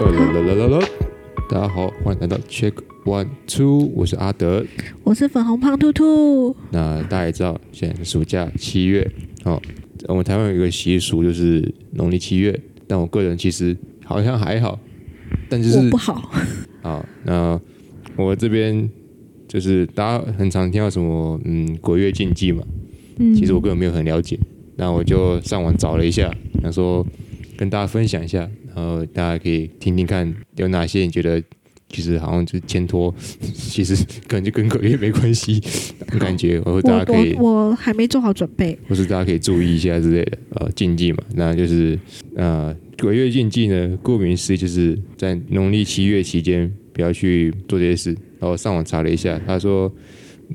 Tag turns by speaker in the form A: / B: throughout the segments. A: 啦啦啦啦！大家好，欢迎来到 Check One Two，我是阿德。
B: 我是粉红胖兔兔，
A: 那大家也知道，现在是暑假七月哦，我们台湾有一个习俗就是农历七月，但我个人其实好像还好，但就是
B: 我不好，
A: 啊，那我这边就是大家很常听到什么嗯鬼月禁忌嘛，
B: 嗯
A: 其实我根本没有很了解，那我就上网找了一下，想说跟大家分享一下，然后大家可以听听看有哪些你觉得其实好像就是牵拖，其实可能就跟 鬼月没关系，感觉，然后大家可以
B: 我我我还没做好准备，
A: 或是大家可以注意一下之类的，呃，禁忌嘛，那就是呃，鬼月禁忌呢，顾名思义就是在农历七月期间不要去做这些事。然后上网查了一下，他说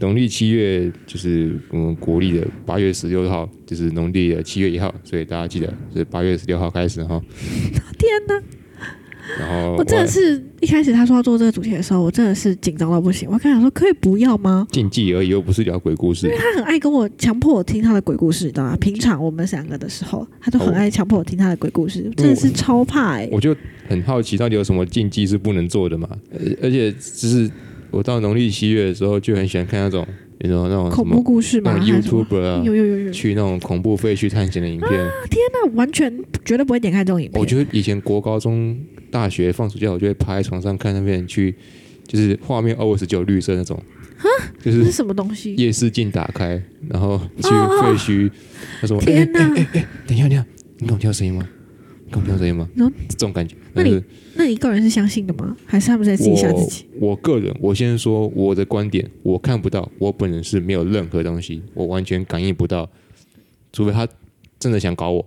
A: 农历七月就是我们国历的八月十六号，就是农历的七月一号，所以大家记得是八月十六号开始呃哈。
B: 天哪！
A: 然后
B: 我真的是一开始他说要做这个主题的时候，我真的是紧张到不行。我刚想说，可以不要吗？
A: 禁忌而已，又不是聊鬼故事。
B: 他很爱跟我强迫我听他的鬼故事，你知道吗？平常我们三个的时候，他都很
A: 哦
B: 爱强迫我听他的鬼故事，真的是超怕哎、
A: 我就很好奇，到底有什么禁忌是不能做的嘛？而而且就是我到农历七月的时候，就很喜欢看那种，你知道那种什
B: 恐怖
A: 么
B: 故事吗？
A: 那种
B: 还是什么
A: YouTuber 啊，
B: 有有有有，
A: 去那种恐怖废墟探险的影片。
B: 啊那完全绝对不会点开这种影片。
A: 我觉得以前国高中、大学放暑假，我就会趴在床上看那边去，就是画面 always 只有绿色那种，就
B: 这是
A: 是
B: 什么东西？
A: 夜视镜打开，然后去
B: 哦
A: 废墟，他说：“哎、
B: 天哪！
A: 等一下，等一下，你敢听到声音吗？你敢听到声音吗？”
B: 然后
A: 这种感觉，
B: 那
A: 但
B: 你
A: 是。
B: 那你个人是相信的吗？还是他们在自己吓自己？
A: 我。我个人，我先说我的观点，我看不到，我本人是没有任何东西，我完全感应不到，除非他真的想搞 我，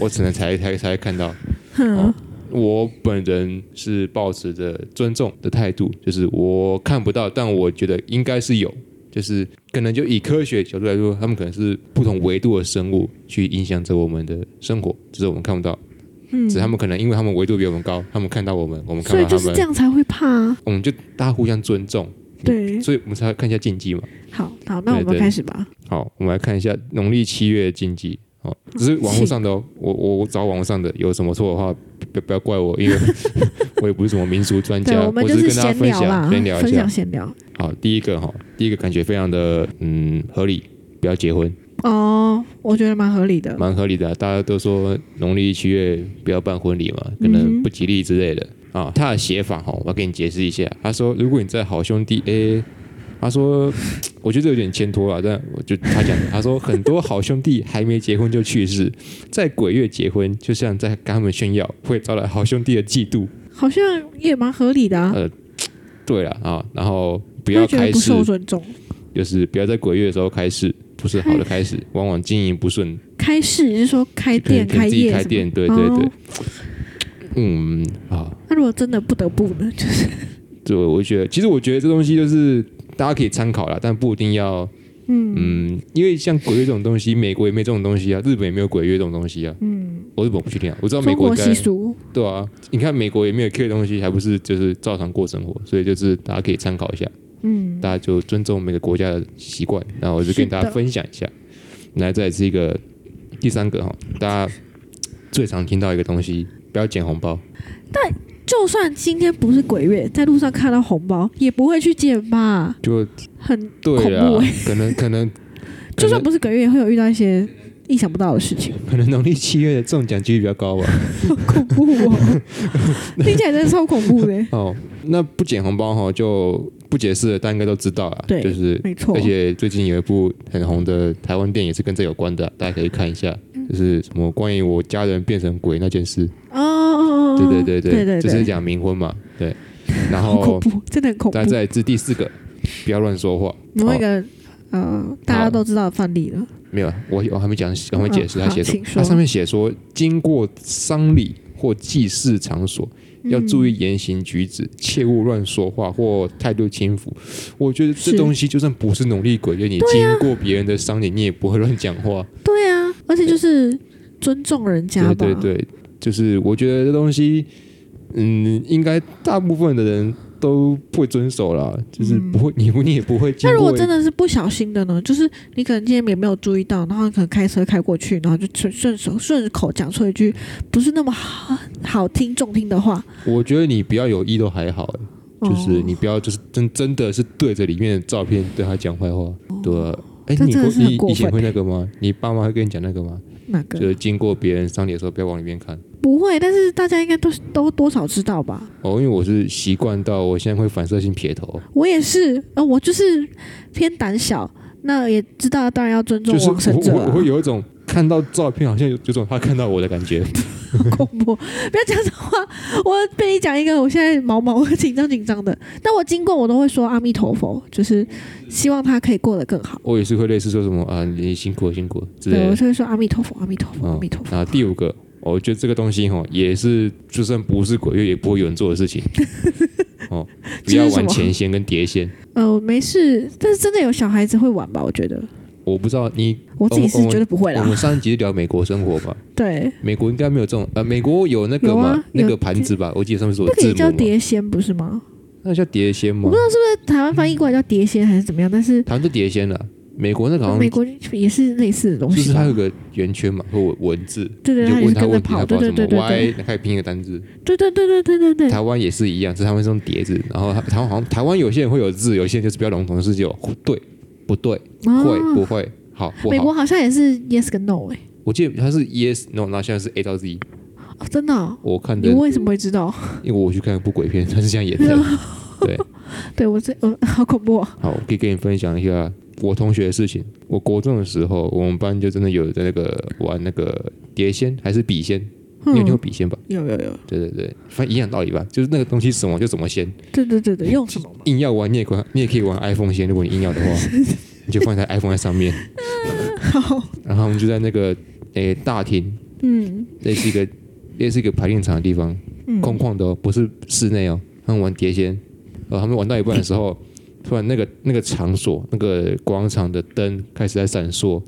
A: 我只能才才才看到。
B: 哼
A: 哦，我本人是抱持着尊重的态度，就是我看不到，但我觉得应该是有，就是可能就以科学角度来说，他们可能是不同维度的生物去影响着我们的生活，只是我们看不到。
B: 嗯
A: 只是他们可能因为他们维度比我们高，他们看到我们，我们看
B: 所
A: 不
B: 以
A: 到他
B: 就
A: 们。
B: 是这样才会怕、啊。
A: 我们就大家互相尊重，
B: 对，
A: 所以我们才要看一下禁忌嘛。
B: 好好，那我
A: 对
B: 们
A: 对
B: 开始吧。
A: 好，我们来看一下农历七月禁忌。哦，只是网络上的哦，我我我找网络上的，有什么错的话，不不要怪我，因为 我也不是什么民俗专
B: 对，
A: 家，
B: 我们就
A: 只
B: 是
A: 跟大家
B: 闲
A: 分
B: 聊啦，
A: 享，闲聊一
B: 分
A: 下
B: 享。闲聊。
A: 好，第一个哈，第一个感觉非常的嗯合理，不要结婚，
B: 哦，我觉得蛮合理的。
A: 蛮合理的啊、大家都说农历七月不要办婚礼嘛，可
B: 嗯
A: 能
B: 哼
A: 不吉利之类的啊。他的写法哈，我要给你解释一下。他说，如果你在好兄弟 A，他说，我觉得有点牵拖啊，但我就他讲的，他说很多好兄弟还没结婚就去世，在鬼月结婚，就像在跟他们炫耀，会招来好兄弟的嫉妒。
B: 好像也蛮合理的啊，
A: 呃对了啊，然后不
B: 不
A: 要
B: 觉
A: 开
B: 得不
A: 始
B: 受尊重。
A: 就是不要在鬼月的时候开市，不是好的开
B: 哎
A: 始，往往经营不顺，
B: 开市就是说开
A: 可能
B: 店、
A: 可能自己
B: 业
A: 开
B: 什么。
A: 店，对对对，
B: 哦
A: 嗯啊，
B: 那如果真的不得不呢？就是
A: 对，我觉得其实我觉得这东西就是大家可以参考啦，但不一定要
B: 嗯
A: 嗯，因为像鬼月这种东西，美国也没这种东西啊，日本也没有鬼月这种东西啊。
B: 嗯，
A: 我日本不确定啊，我知道美
B: 中
A: 国
B: 国
A: 应该
B: 习俗
A: 对啊，你看美国也没有 Q 的东西，还不是就是照常过生活，所以就是大家可以参考一下，
B: 嗯
A: 大家就尊重每个国家的习惯。那我就跟大
B: 是
A: 家
B: 的
A: 分享一下，来，再来是一个第三个哈，大家最常听到一个东西，不要捡红包。
B: 就算今天不是鬼月，在路上看到红包也不会去捡吧，
A: 就
B: 很
A: 对
B: 恐
A: 啦
B: 怖欸，
A: 可能 可能，
B: 就算
A: 可能
B: 不是鬼月，也会有遇到一些意想不到的事情，
A: 可能农历七月的中奖几率比较高吧。
B: 好恐怖 哦！听起来真的超恐怖的，
A: 哦，那不捡红包哈就不解释了，大家应该都知道了。
B: 对
A: 就是
B: 没错
A: 而。且最近有一部很红的台湾电影是跟这有关的，啊大家可以看一下，
B: 嗯
A: 就是什么关于我家人变成鬼那件事。
B: 哦哦哦，哦
A: 对对
B: 对
A: 对
B: 对，
A: 就是讲冥婚嘛。对，然
B: 好恐
A: 后
B: 怖，真的很恐怖
A: 再。再来是第四个，不要乱说话。
B: 某一个呃，大家都知道的范例了，
A: 没有，啊我我还没讲，我还没解释
B: 嗯
A: 他写什
B: 好
A: 么
B: 请。
A: 他
B: 说
A: 上面写说，经过丧礼或祭祀场所，
B: 嗯
A: 要注意言行举止，切勿乱说话或态度轻浮。我觉得这
B: 是
A: 东西就算不是努力鬼月，你经过别人的丧礼，你也不会乱讲话。
B: 嗯。对啊，而且就是尊重人家
A: 对
B: 吧。
A: 对对，就是我觉得这东西，嗯，应该大部分的人都不会遵守啦，就是不会，你不 你也不会经
B: 嗯那如
A: 过
B: 果。真的是不小心的呢？就是你可能今天也没有注意到，然后你可能开车开过去，然后就顺顺手顺口讲出一句不是那么好好听中听的话，
A: 我觉得你不要有意都还好、
B: 哦
A: 就是你不要就是真真的是对着里面的照片对他讲坏话，对、啊。哎、
B: 哦这
A: 你
B: 真的
A: 会
B: 是很过
A: 你以前
B: 分
A: 会那个吗？你爸妈会跟你讲那个吗？
B: 那
A: 就
B: 个
A: 是经过别人丧礼的时候，不要往里面看。
B: 不会，但是大家应该都都多少知道吧？
A: 哦，因为我是习惯到我现在会反射性撇头，
B: 我也是，呃，我就是偏胆小，那也知道当然要尊重
A: 就是
B: 往生
A: 我
B: 者
A: 我我
B: 啊，
A: 会有一种看到照片好像有有种他看到我的感觉。
B: 恐怖！不要讲这话，我被你讲一个，我现在毛毛紧张紧张的，但我经过我都会说阿弥陀佛，就是希望他可以过得更好。
A: 我也是会类似说什么啊，你辛苦了辛苦了之类
B: 对，我
A: 的。
B: 就会说阿弥陀佛，阿弥陀
A: 哦
B: 佛，阿弥陀佛。
A: 然后第五个，哦我觉得这个东西哈，也是就算不是鬼月也不会有人做的事 情。哦，不要
B: 这是什
A: 玩
B: 么
A: 钱仙跟碟仙。
B: 呃，没事，但是真的有小孩子会玩吧？我觉得
A: 我不知道你，
B: 我自己是
A: 我我
B: 绝对不会
A: 我
B: 啦。
A: 们上一集聊美国生活吧，
B: 对，
A: 美国应该没有这种，呃，美国有那个
B: 有
A: 嘛，
B: 啊
A: 那
B: 有
A: 个盘子吧，我记得上面是我
B: 那
A: 字
B: 个
A: 母
B: 也叫
A: 嘛
B: 碟仙不是吗？
A: 那叫碟仙吗？
B: 那台湾翻译过来叫碟仙还是怎么样？但是
A: 台湾就碟仙了，美国那个好像
B: 美国也是类似的东
A: 就是
B: 西啊吧。
A: 它有个圆圈嘛，或文文字，
B: 对对，
A: 你就
B: 他也
A: 问
B: 是
A: 他
B: 跟着
A: 问题，他
B: 跑，
A: 不
B: 对
A: 知
B: 对
A: 道什
B: 对
A: 么
B: 对对
A: Y，他可以拼一个单字。
B: 对对对对对 对对
A: 台湾也是一样，是他们是用叠字，然后他他们好像台湾有些人会有字，有些人就是比较笼统的是有对不对，会
B: 啊
A: 不会好不
B: 美
A: 好
B: 国。好像也是 yes 跟 no 哎，
A: 我记得他是 yes no，然后现在是 A 到 Z。
B: 哦真的哦。
A: 我看的
B: 你，为什么会知道？
A: 因为我去看一部鬼片，他是这样演的。对，
B: 对我这嗯，好恐怖哦！
A: 好，我可以跟你分享一下我同学的事情。我国中的时候，我们班就真的有人在那个玩那个碟仙还是笔仙，你有听过
B: 嗯，
A: 笔仙吧？
B: 有有有，
A: 对对对，反正一样道理吧，就是那个东西什么就怎么先。
B: 对对对对，用什么嘛？
A: 硬要玩你也可你也可以玩 iPhone 先，如果你硬要的话，你就放一台 iPhone 在上面，
B: 好，
A: 然后我们就在那个诶、大厅，
B: 嗯
A: 类似一个类似一个排练场的地方，
B: 嗯，
A: 空旷的哦，不是室内哦。他们玩碟仙，然后他们玩到一半的时候，突然那个那个场所那个广场的灯开始在闪烁，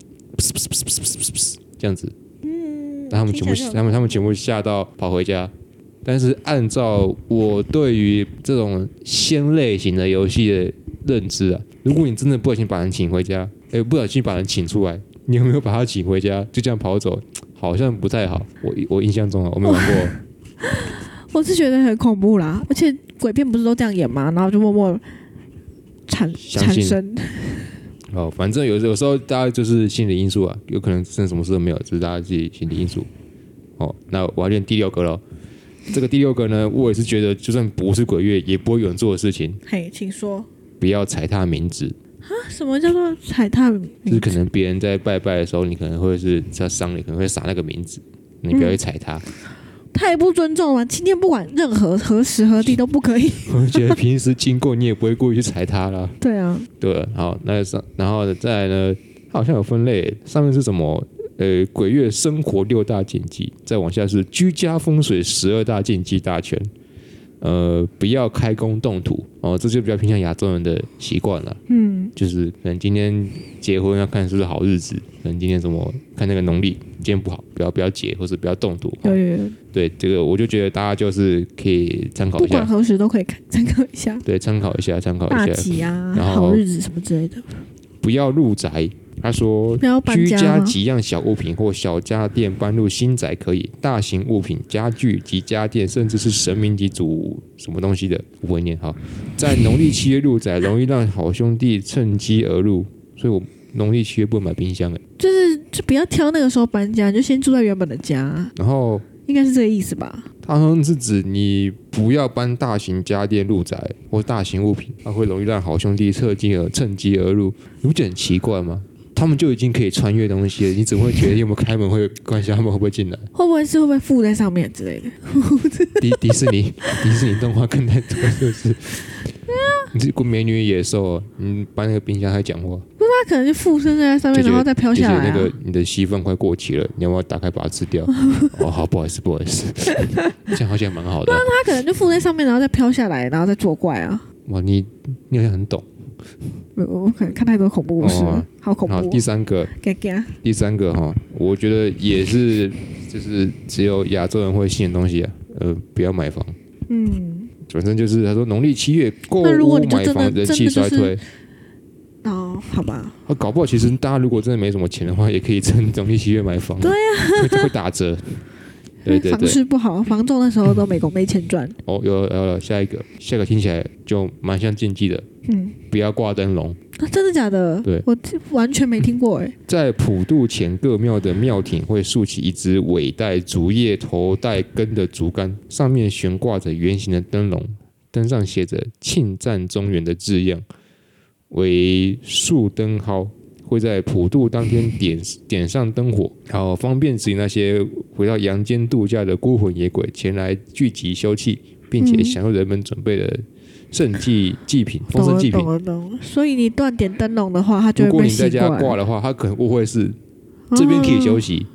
A: 这样子，嗯，然后他们全
B: 听起来
A: 部
B: 就
A: 他们他们全部吓到跑回家。但是按照我对于这种仙类型的游戏的认知啊，如果你真的不小心把人请回家，哎，不小心把人请出来，你有没有把他请回家？就这样跑走，好像不太好。我我印象中啊，我没玩过。
B: 我是觉得很恐怖啦，而且鬼片不是都这样演吗？然后就默默产
A: 相
B: 产
A: 信
B: 生，
A: 哦，反正有有时候大家就是心理因素啊，有可能真的什么事都没有，只是大家自己心理因素。哦，那我要练第六个了。这个第六个呢，我也是觉得，就算不是鬼月，也不会有人做的事情，
B: 嘿，请说
A: 不要踩踏名字。
B: 啊，什么叫做踩踏名
A: 就是可能别人在拜拜的时候，你可能会是在丧礼，可能会撒那个名字，你不要去踩它。
B: 太不尊重了！今天不管任何何时何地都不可以。
A: 我觉得平时经过你也不会故意去踩它啦。
B: 对啊，
A: 对，好，那上然后呢再来呢，它好像有分类，上面是什么？呃，鬼月生活六大禁忌，再往下是居家风水十二大禁忌大全。呃，不要开工动土哦，这就比较偏向亚洲人的习惯了。
B: 嗯，
A: 就是可能今天结婚要看是不是好日子，可能今天什么看那个农历，今天不好，不要不要结，或者不要动土。
B: 有有有，
A: 对，这个我就觉得大家就是可以参考
B: 不
A: 一
B: 管
A: 下，
B: 何时都可以看参考一下
A: 对，参考一下，参考
B: 大
A: 一下，
B: 吉啊、
A: 然后
B: 好日子什么之类的，
A: 不要入宅。他说
B: 不要搬啊
A: 居家
B: 吗？
A: 几样小物品或小家电搬入新宅可以，大型物品、家具及家电，甚至是神明及主什么东西的，不会念哈。在农历七月入宅，容易让好兄弟趁机而入，所以我农历七月不能买冰箱诶、
B: 就是就不要挑那个时候搬家，你就先住在原本的家，
A: 然后
B: 应该是这个意思吧？
A: 它好像是指你不要搬大型家电入宅或大型物品，它会容易让好兄弟趁机而趁机而入，你不觉得很奇怪吗？他们就已经可以穿越东西了，你怎么会觉得有没有开门会关心他们会不会进来？
B: 会不会是会不会附在上面之类的？
A: 迪迪士尼 迪士尼动画看太多就是，
B: 啊
A: 你这个美女与野兽、哦，你搬那个冰箱还讲话，
B: 他可能就附身在上面，
A: 就觉得
B: 然后再飘
A: 就觉
B: 下
A: 得
B: 来、
A: 那
B: 啊。
A: 个你的稀饭快过期了，你要不要打开把它吃掉？哦，好，不好意思，不好意思， 这样好像蛮好的。啊
B: 他可能就附在上面，然后再飘下来，然后再作怪啊。
A: 哇，你你好像很懂。
B: 我我可能看太多恐怖故事了，
A: 哦
B: 好恐怖、
A: 好，第
B: 哦！
A: 三个，
B: 给给啊，
A: 第三个哈，我觉得也是，就是只有亚洲人会信的东西啊，呃，不要买房。
B: 嗯，
A: 反正就是他说农历七月购
B: 那如
A: 屋
B: 果你就
A: 买
B: 真的
A: 房人气
B: 真
A: 衰
B: 的就是
A: 退，
B: 哦，好吧，
A: 啊，搞不好其实大家如果真的没什么钱的话，也可以趁农历七月买房，对呀、 会会打 折。对对
B: 房
A: 对，
B: 市不好，房仲那时候都没工没钱 赚。
A: 哦，有有有，下一个，下一个听起来就蛮像禁忌的，
B: 嗯，
A: 不要挂灯笼。
B: 啊、真的假的？
A: 对
B: 我这完全没听过哎、
A: 在普渡前，各庙的庙亭会竖起一只尾带竹叶、头带根的竹竿，上面悬挂着圆形的灯笼，灯上写着“庆赞中原”的字样，为竖灯号。会在普渡当天点 点上灯火，然后方便指引那些回到阳间度假的孤魂野鬼前来聚集休憩，并且
B: 嗯
A: 享受人们准备的圣祭祭品、丰
B: 懂
A: 盛
B: 了
A: 祭品
B: 懂。了懂了。所以你断点灯笼的话，它就
A: 如
B: 会
A: 果
B: 被啊
A: 你
B: 吸
A: 在
B: 过
A: 家
B: 来。
A: 挂的话，他可能误会是这边可以休
B: 息。
A: 息，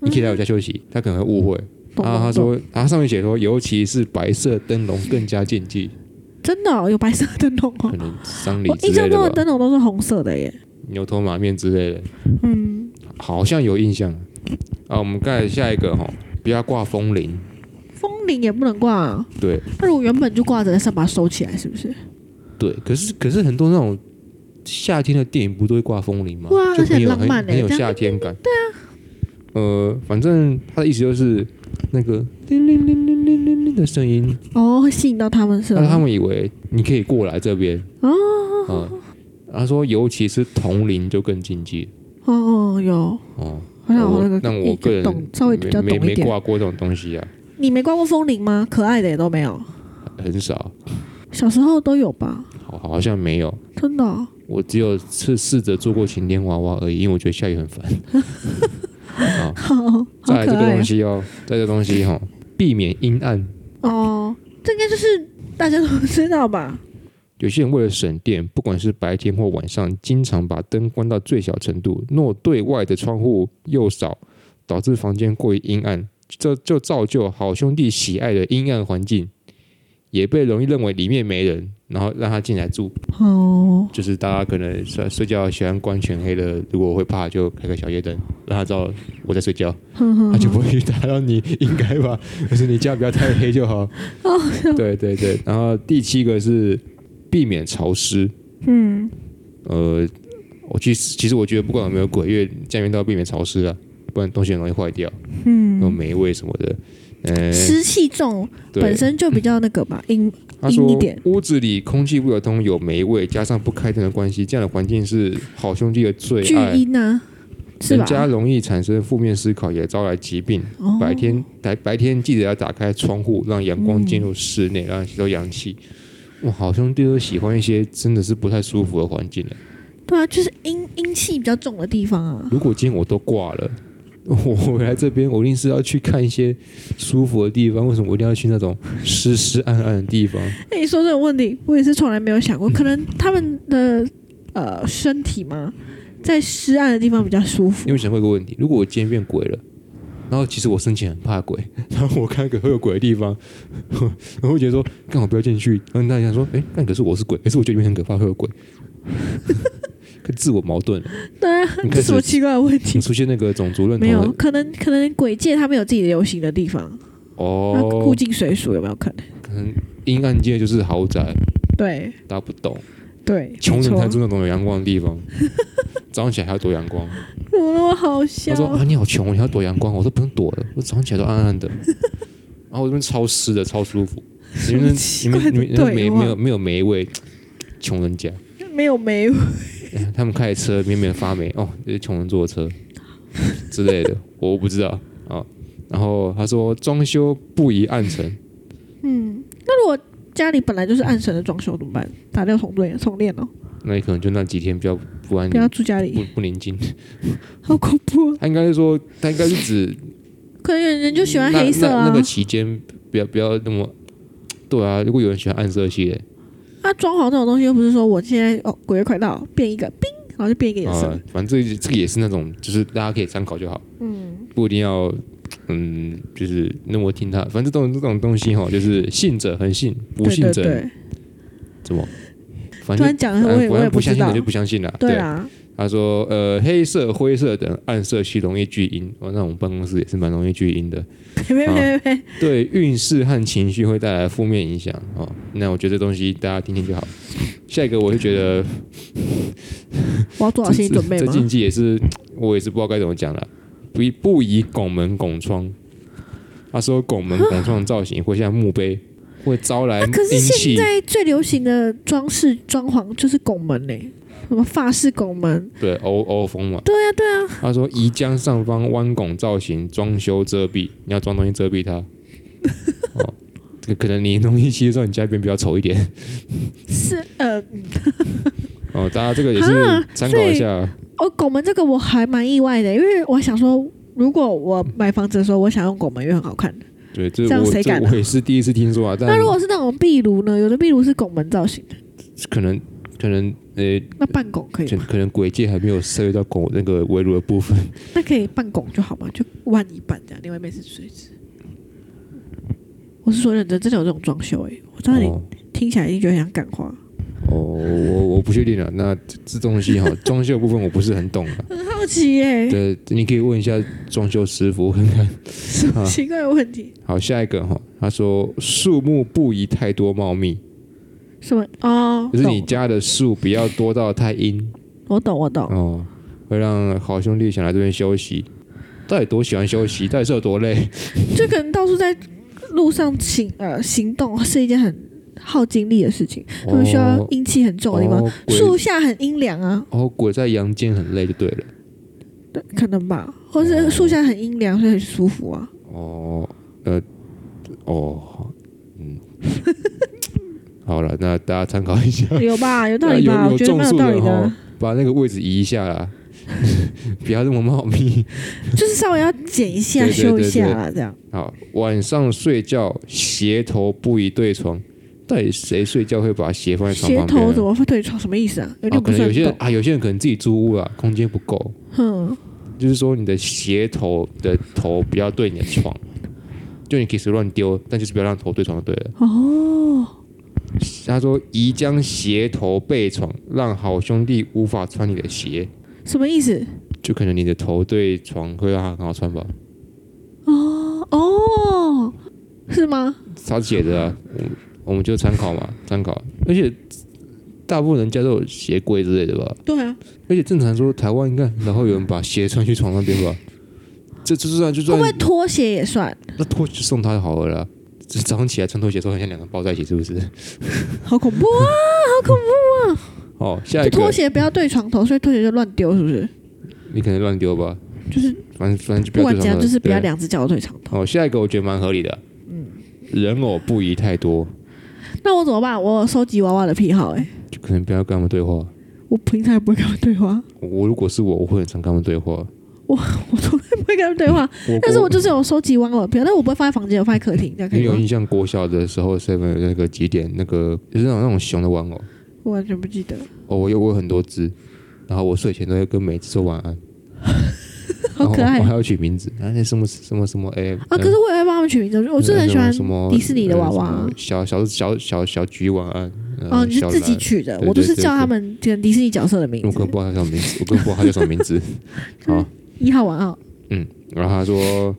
A: 你可以来我家休息，他可能会误会。
B: 嗯
A: 啊
B: 懂
A: 然后他
B: 懂懂
A: 说，然后上面写说，尤其是白色灯笼更加禁忌，
B: 真的哦、有白色灯笼哦
A: 可。能丧礼
B: 我
A: 之
B: 印象
A: 类
B: 中的
A: 的吧，
B: 灯笼都是红色的耶。
A: 牛头马面之类的，
B: 嗯，
A: 好像有印象。啊，我们刚才下一个哈，不要挂风铃，
B: 风铃也不能挂、啊。
A: 对
B: 那如果原本就挂着，但是要把它收起来，是不是？
A: 对。可是可是很多那种夏天的电影不都会挂风铃吗？
B: 哇
A: 就
B: 而且
A: 很有
B: 很浪漫
A: 很很有
B: 欸这样
A: 夏天感。对啊。呃，反正他的意思就是那个铃铃铃铃铃铃铃的声音，
B: 哦，会吸引到他们是
A: 那
B: 吗？
A: 啊他们以为你可以过来这边
B: 哦
A: 啊、他说尤其是同龄就更禁忌
B: 哦哦，有。
A: 哦。
B: 好像我那个
A: 那我个人
B: 懂，稍微比较懂
A: 没
B: 一
A: 没没
B: 点。
A: 挂过这种东西啊，
B: 你没挂过风铃吗？可爱的也都没有，
A: 很少，
B: 小时候都有吧？
A: 好好像没有。
B: 真的哦、
A: 我只有试试着做过晴天娃娃而已，因为我觉得下雨很烦。
B: 好 好
A: 再来
B: 可
A: 这个
B: 爱啊
A: 东西哦，再来这个东西哈、避免阴暗。
B: 哦。哦，这应该就是大家都知道吧？
A: 有些人为了省电，不管是白天或晚上，经常把灯关到最小程度。若对外的窗户又少，导致房间过于阴暗，这就造就好兄弟喜爱的阴暗环境，也被容易认为里面没人，然后让他进来住。
B: 哦，
A: 就是大家可能睡睡觉喜欢关全黑的，如果会怕就开个小夜灯，让他知道我在睡觉，
B: 哼嗯哼
A: 他就不会去打扰你，应该吧？ 可是你家不要太黑就好。
B: 哦，
A: 对对对，然后第七个是避免潮湿。
B: 嗯，
A: 呃，我其实其实我觉得不管有没有鬼，因为家里面都要避免潮湿啊，不然东西很容易坏掉，嗯，有霉味什么的。呃，
B: 湿气重
A: 对嗯
B: 本，身就比较那个吧，阴
A: 他
B: 阴一
A: 说
B: 点
A: 屋子里空气不流通，有霉味，加上不开灯的关系，这样的环境是好兄弟的最
B: 巨
A: 爱。
B: 阴啊，是
A: 哎人
B: 吧？
A: 家容易产生负面思考，也招来疾病。
B: 哦
A: 白天白白天记得要打开窗户，让阳光进入室内，让吸收阳气。哇，好兄弟都喜欢一些真的是不太舒服的环境了。
B: 对啊，就是阴阴气比较重的地方啊。
A: 如果今天我都挂了， 我回来这边，我一定是要去看一些舒服的地方。为什么我一定要去那种湿湿暗暗的地方？
B: 那哎你说这个问题，我也是从来没有想过，可能他们的呃身体嘛，在湿暗的地方比较舒服
A: 你有没。有想过一个问题？如果我今天变鬼了，然后其实我生前很怕鬼， 然后我看个会有鬼的地方， 我会觉得说，干我不要进去。然后大家说，哎、但可是我是鬼，可是我觉得里面很可怕，会有鬼。 可自我矛盾了，
B: 对啊
A: 你，开
B: 这
A: 始
B: 什么奇怪的问题
A: 你？出现那个种族认
B: 没
A: 同
B: 有，
A: 的
B: 可能可能鬼界他们有自己的流行的地方，那
A: 哦
B: 附，近水属有没有可能？
A: 可能阴暗界就是豪宅，
B: 对
A: 大家不懂。
B: 对，
A: 穷人才
B: 没错
A: 住那种有阳光的地方， 早上起来还要躲阳光。
B: 怎么那么好
A: 他
B: 笑？
A: 说啊，你好穷，你要躲阳光。我说不用躲了，我早上起来都暗暗 的，然后我这边超湿的，超舒服。你们
B: 奇
A: 你
B: 怪
A: 们你
B: 的
A: 们你们没
B: 对话
A: 没有没有霉味，穷人家，
B: 没有没有，
A: 哎他们开的车免免发霉哦，这是穷人坐的 车之类的，我不知道啊。然后他说装修不宜暗 沉，
B: 嗯，那如果家里本来就是暗神的装修怎么办？打掉重练重练哦，
A: 那你可能就那几天比较不安
B: 不
A: 宁
B: 要，住家
A: 不
B: 里，
A: 不宁静。
B: 好恐怖哦。
A: 他应该是说，他应该是指
B: 可能有人就喜欢黑色
A: 那那。
B: 啊
A: 那个，期间不要不要那么，对啊，如果有人喜欢暗色系的，
B: 那啊装潢这种东西又不是说我现在哦鬼月快到变一个冰，然后就变一个颜
A: 啊、
B: 色，
A: 反正这个这个也是那种，就是大家可以参考就好，
B: 嗯，
A: 不一定要，嗯，就是那么听他，反正这种这种东西哈，就是信者恒信，不
B: 对
A: 信
B: 对
A: 者
B: 对。
A: 怎么，反
B: 突
A: 正
B: 然讲
A: 反
B: 我也
A: 正
B: 我也
A: 不
B: 知
A: 相信
B: 道
A: 的就，不相信了，
B: 对
A: 啊，
B: 啊，
A: 他说，呃，黑色、灰色等暗色系容易聚阴，哦，那我们办公室也是蛮容易聚阴的。
B: 呸呸
A: 啊
B: 呸呸呸，
A: 对运势和情绪会带来负面影响哦。那我觉得这东西大家听听就好。下一个我是觉得
B: 我要做好哦心理准备
A: 这
B: 吗？
A: 禁忌也是我也是不知道该怎么讲了，不宜不宜拱门拱窗。他说拱门拱窗造型会像墓碑，会招来
B: 啊可是
A: 阴
B: 现
A: 气。
B: 在最流行的装饰装潢就是拱门嘞、什么法式拱门？
A: 对，欧欧风嘛。
B: 对啊，对啊，
A: 他说宜将上方弯拱造型装修遮蔽，你要装东西遮蔽 它。哦，这个可能你东西漆的时候，你家边比较丑一点。
B: 是呃，
A: 哦，大家这个也
B: 啊
A: 是参考一下。
B: 哦，拱门这个我还蛮意外的，因为我想说，如果我买房子的时候，我想用拱门，因为很好看。
A: 对，这
B: 这样
A: 我
B: 谁敢
A: 这
B: 啊
A: 我也是第一次听说啊，但
B: 那如果是那种壁炉呢？有的壁炉是拱门造型的，
A: 可能可能呃，
B: 那半拱可以
A: 可
B: 吗？
A: 可能鬼界还没有涉及到狗那个围炉的部分。
B: 那可以半拱就好嘛，就弯一半这样，另外一边是垂直。我是说认真，真的有这种装修哎、我知道你
A: 哦
B: 听起来一定觉得很想感化。
A: 哦，我我不确定了。啊那这这东西哈，装修的部分我不是很懂了。
B: 很好奇耶、
A: 对，你可以问一下装修师傅看看。
B: 什
A: 啊
B: 么奇怪的问题？
A: 好，下一个哈，他说树木不宜太多茂密，
B: 什么？哦，
A: 就是
B: 懂
A: 你家的树不要多到太阴
B: 我懂，我懂。
A: 哦，会让好兄弟想来这边休息。到底多喜欢休息？到底是有多累？
B: 就可能到处在路上行呃行动是一件很耗精力的事情，他们需要
A: 哦
B: 阴气很重的地方，
A: 哦鬼
B: 树下很阴凉啊，
A: 哦，鬼在阳间很累就对了。
B: 对可能吧，或是树下很阴凉，所以很舒服 啊。
A: 哦，呃，哦，嗯， 好了，那大家参考一下，
B: 有吧？有道
A: 呃
B: 理
A: 有
B: 吧？我
A: 有
B: 觉得
A: 种
B: 蛮有
A: 树
B: 道理
A: 的哦
B: 的
A: 哈
B: 啊，，
A: 把那个位置移一下啦， 不要那么茂密。
B: 就是稍微要剪一下、
A: 对对对
B: 修一下啦，这样。
A: 好，晚上睡觉斜头不宜对床，到底谁睡觉会把鞋放在床
B: 鞋
A: 旁边
B: 头
A: 啊？
B: 怎么会对床？什么意思啊？有
A: 哦，
B: 点
A: 可
B: 不
A: 能
B: 是
A: 有
B: 很
A: 些
B: 懂。
A: 啊，有些人可能自己租屋啊，空间不够，
B: 哼，
A: 就是说你的鞋头的头不要对你的床，就你可以随便乱丢，但就是不要让头对床就对了。
B: 哦，
A: 他说宜将鞋头背床，让好兄弟无法穿你的鞋，
B: 什么意思？
A: 就可能你的头对床会让他很好穿吧。
B: 哦哦，是吗？
A: 他写的啊，我我们就参考嘛，参考。而且大部分人家都有鞋柜之类的吧。
B: 对啊，
A: 而且正常说台湾，你看，然后有人把鞋穿去床那边吧，这就算就
B: 会
A: 算
B: 不会拖鞋也算？
A: 那拖就送他好了啦。这早上起来穿拖鞋的时候，很像两个抱在一起，是不是？
B: 好恐怖啊！ 好恐怖。啊
A: 哦，下
B: 就
A: 一
B: 拖
A: 个
B: 鞋不要对床头，所以拖鞋就乱丢，是不是？
A: 你可能乱丢吧，
B: 就是
A: 反正反正就不
B: 不
A: 要
B: 管
A: 对
B: 怎
A: 床
B: 样，
A: 了
B: 就是不要
A: 对
B: 两只脚对床头。
A: 哦，下一个我觉得蛮合理的。嗯，人偶不宜太多，
B: 那我怎么办？我有收集娃娃的癖好哎、
A: 就可能不要跟他们对话。
B: 我平常也不会跟他们对话，
A: 我如果是我，我会很常跟他们对话。
B: 我从来不会跟他们对话。
A: 我
B: 但是我
A: 我
B: 就是有收集玩偶的癖好，但我不会放在房间，我放在客厅，这样可
A: 你
B: 以
A: 有
B: 吗？
A: 印象，国小的时候 seven 有那个几点那个就是那种那种熊的玩偶，
B: 我完全不记 得，
A: 哦，我有我有很多只，然后我睡前都会跟每只说晚安，
B: 好可
A: 然后
B: 爱
A: 我还
B: 啊！
A: 要取名字，啊，那什么什么什么哎
B: 可是我也会帮他们取名字，我真的很喜
A: 什么
B: 欢迪士尼的娃
A: 呃啊什
B: 娃
A: 么。小小小小小菊晚安，呃
B: 哦，你是
A: 小
B: 自己
A: 蓝
B: 取的，
A: 对
B: 我都
A: 对
B: 是
A: 对
B: 叫
A: 对
B: 他们这个迪士尼角色的名
A: 我根
B: 字
A: 本。不知道他叫什么名字，我根本不知道他叫什么名字。好，
B: 一号玩偶，
A: 嗯，然后他说，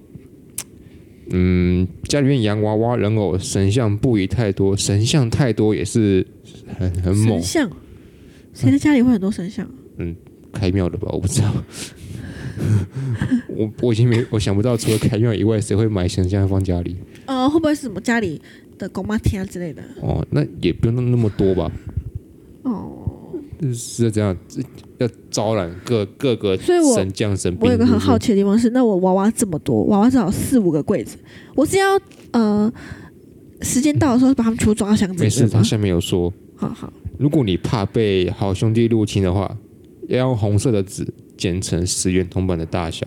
A: 嗯，家里面洋娃娃、人偶、神像不宜太多，神像太多也是很很猛
B: 神，像，谁的家里会很多神像？
A: 开庙的吧？我不知道， 我我已经没我想不到，除了开庙以外，谁会买神像放家里？
B: 呃，会不会是什么家里的狗妈天啊之类的？
A: 哦，那也不用那么多吧？
B: 哦，
A: 是这样，这要招揽各各个
B: 所以我
A: 神将神兵。
B: 我有个很好
A: 奇，
B: 奇的地方是，那我娃娃这么多，娃娃至少有四五个柜子，我是要呃时间到的时候把它们全部装到箱子
A: 没
B: 里
A: 事，
B: 面
A: 他
B: 吗？
A: 下面有说，
B: 好好，
A: 如果你怕被好兄弟入侵的话，要用红色的纸剪成十元铜板的大小，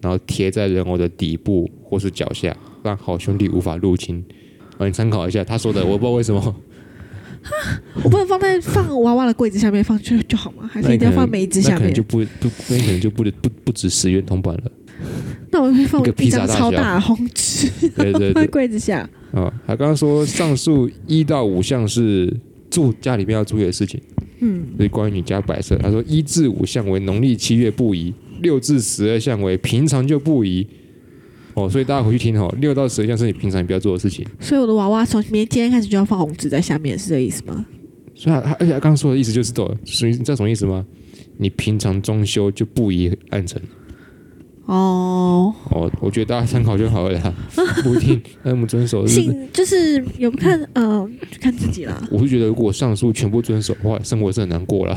A: 然后贴在人偶的底部或是脚下，让好兄弟无法入侵。啊，你参考一下他说的，我不知道为什 么。
B: 我不能放 在放娃娃的柜子下面放就就好吗？还是
A: 那
B: 一
A: 你可
B: 定要
A: 能
B: 放每一只
A: 那
B: 下
A: 可能
B: 面
A: 就？不不，那你可能就不不不止十元铜板了。
B: 那我会放
A: 一个披
B: 一
A: 萨
B: 张
A: 大
B: 超
A: 小
B: 大的红纸
A: 对对
B: 放在
A: 对，
B: 柜子下。
A: 啊，他刚刚说上述一到五项是住家里面要注意的事情，
B: 嗯，
A: 就是关于你家摆设。他说一至五项为农历七月不宜，六至十二项为平常就不宜。哦，所以大家回去听哦，六到十二项是你平常不要做的事情。
B: 所以我的娃娃从明天开始就要放红纸在下面，是这个意思吗？
A: 所以他他而且他刚刚说的意思就是对了，所以你知道什么意思吗？你平常装修就不宜暗沉。
B: 哦，
A: 哦，我觉得大家参考就好了啦，不一定那么遵守是不是。
B: 信就是有看，呃，就看自己啦。
A: 我是觉得，如果上述全部遵守的话，生活是很难过啦，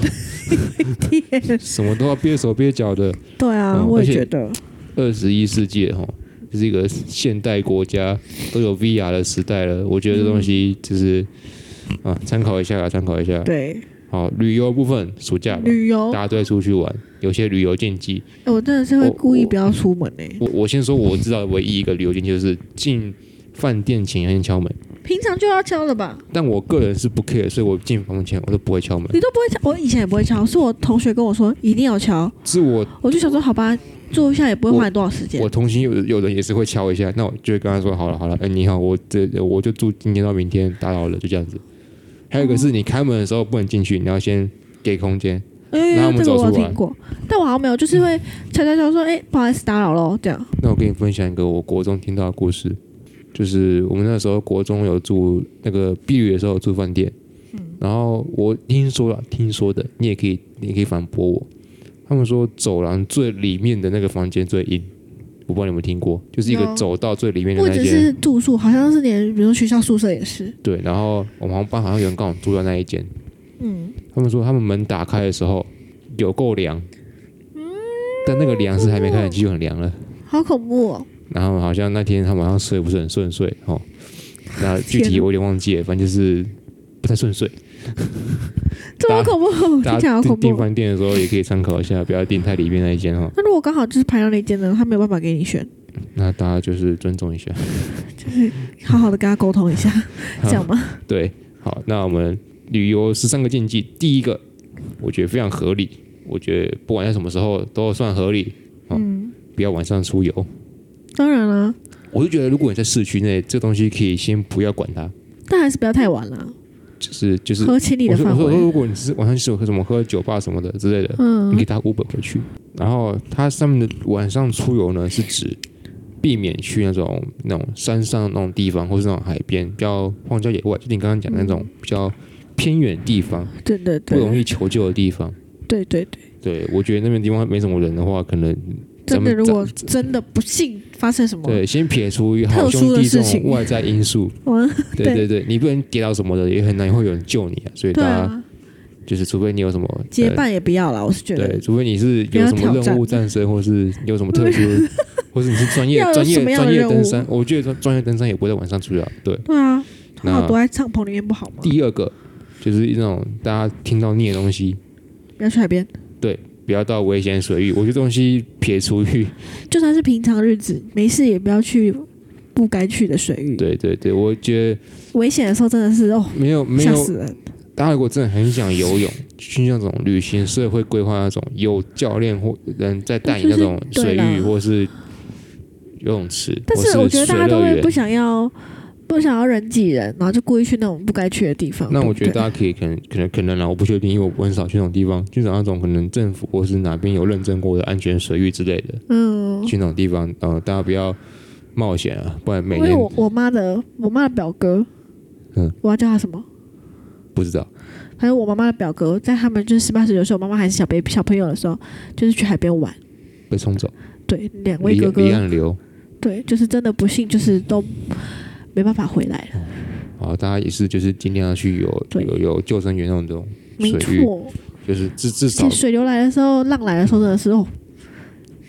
A: 什么都要憋手憋脚的。
B: 对啊，
A: 嗯
B: 我
A: 而
B: 也
A: 且
B: 觉得，
A: 二十一世纪哈，就是一个现代国家都有 VR 的时代了。我觉得这东西就是、啊，参考一下啦，参考一下。
B: 对，
A: 好，旅游部分，暑假吧，
B: 旅游
A: 大，家都会出去玩，有些旅游禁忌。
B: 哎我真的是会故意不要出门欸诶、
A: 我我先说，我知道唯一一个旅游禁忌就是进饭店前要先敲门，
B: 平常就要敲了吧？
A: 但我个人是不 care，所以我进房门前我都不会敲门。
B: 你都不会敲，我以前也不会敲，是我同学跟我说一定要敲，
A: 是我
B: 我就想说好吧，做一下也不会花你多少时间
A: 我。同行有有人也是会敲一下，那我就会跟他说好了好了，哎、你好，我这我就住今天到明天，打扰了，就这样子。还有一个是你开门的时候不能进去，你要先给空间。
B: 因为
A: 然后我们
B: 哎这个我有
A: 走出来嗯
B: 听过，但我好像没有，就是会敲敲敲说，哎、不好意思打扰喽，这样。
A: 那我跟你分享一个我国中听到的故事，就是我们那时候国中有住那个避旅的时候有住饭店，然后我听说了，听说的，你也可以，你也可以反驳我。他们说走廊最里面的那个房间最阴，我不知道你有没有听过，就是一个
B: 有
A: 走到最里面的
B: 不
A: 那
B: 只
A: 间。
B: 是住宿，好像是连比如说学校宿舍也是，
A: 对，然后我们班好像有人刚好住到那一间，
B: 嗯，
A: 他们说他们门打开的时候有够凉，但那个凉是还没开冷气就很凉了。
B: 好恐怖哦。
A: 然后好像那天他晚上睡不是很顺遂哦，那具
B: 天
A: 体
B: 哪
A: 我有点忘记了，反正就是不太顺遂。
B: 这么恐怖，
A: 大
B: 听起
A: 家
B: 来好
A: 订
B: 恐
A: 订
B: 怖。
A: 饭店的时候也可以参考一下，不要订太里面那一间哦。
B: 那如果刚好就是排到那间呢，他没有办法给你
A: 嗯
B: 选，
A: 那大家就是尊重一下，
B: 好好的跟他沟通 一下，这样吗？
A: 对，好，那我们旅游十三个禁忌，第一个我觉得非常合理，我觉得不管在什么时候都算合理，
B: 嗯，
A: 不要晚上出游。
B: 当然啦、
A: 我就觉得，如果你在市区内，这东西可以先不要管它，
B: 但还是不要太晚了，
A: 就是就是。
B: 合情理
A: 我
B: 的
A: 说我
B: 范
A: 说，
B: 围。
A: 如果你是晚上是有喝什么喝酒吧什么的之类的，你
B: 嗯
A: 可以，搭 Uber 回去。然后它上面的晚上出游呢，是指避免去那种那种山上那种地方，或是那种海边比较荒郊野外，就你刚刚讲那种比较偏远地方、
B: 对对
A: 不容
B: 对，
A: 易求救的地方。
B: 对对对，
A: 对，我觉得那边地方没什么人的话，可能咱
B: 真的，
A: 们
B: 如果真的不幸发生什么，
A: 对先撇除于好
B: 特殊
A: 兄
B: 的
A: 弟这
B: 事情
A: 种外在因 素，
B: 我
A: 对对对，你不能跌倒什么的，也很难会有人救你啊。所以大
B: 对
A: 家
B: 啊，
A: 就是，除非你有什么
B: 结，伴也不要啦，我是觉
A: 呃对，
B: 得。
A: 除非你是
B: 不
A: 有
B: 要
A: 什么
B: 挑战
A: 任务战身，或是有什么特殊， 或是你是专业
B: 要有
A: 专
B: 什么
A: 业
B: 样的
A: 专业
B: 任务
A: 登山，我觉得专专业登山也不会在晚上出去啊。对，
B: 对啊，好
A: 那
B: 好躲在帐篷里面不好吗？
A: 第二个就是那种大家听到腻的东西，
B: 不要去海边，
A: 不要到危险水域。我觉得这东西撇除于，
B: 就算是平常日子，没事也不要去不该去的水域。
A: 对对对，我觉得
B: 危险的时候真的是哦，
A: 没有没
B: 吓
A: 有
B: 死人。
A: 大家如果真的很想游泳，去那种旅行社会规划那种有教练或人在带你那种
B: 就是
A: 水
B: 对啦
A: 域或是游泳池，
B: 但
A: 是
B: 是我觉得大家都
A: 水乐
B: 会
A: 园
B: 不想要，不想要人挤人，然后就故意去那种不该去的地方。
A: 那
B: 对
A: 我
B: 不
A: 觉得
B: 对
A: 大家可以可能可能可能啦，我不确定，因为我很少去那种地方，去找那种可能政府或是哪边有认证过的安全水域之类的，
B: 嗯，
A: 去那种地方，呃，大家不要冒险啊，不然每
B: 因为
A: 年
B: 我我妈的我妈的表哥，
A: 嗯，
B: 我要叫他什么？
A: 不知道。
B: 还有我妈妈的表哥，在他们就是十八十九岁，我妈妈还是小 baby 小朋友的时候，就是去海边玩。
A: 被冲走，
B: 对，两位
A: 离
B: 哥
A: 离
B: 哥，
A: 岸流，
B: 对，就是真的不幸，就是都没办法回来了。
A: 好，啊大家也是就是尽量去有
B: 对
A: 有有救生员那种
B: 没
A: 水域，
B: 错，
A: 就是至至
B: 而且
A: 少
B: 水流来的时候，浪来的时候，真的是哦，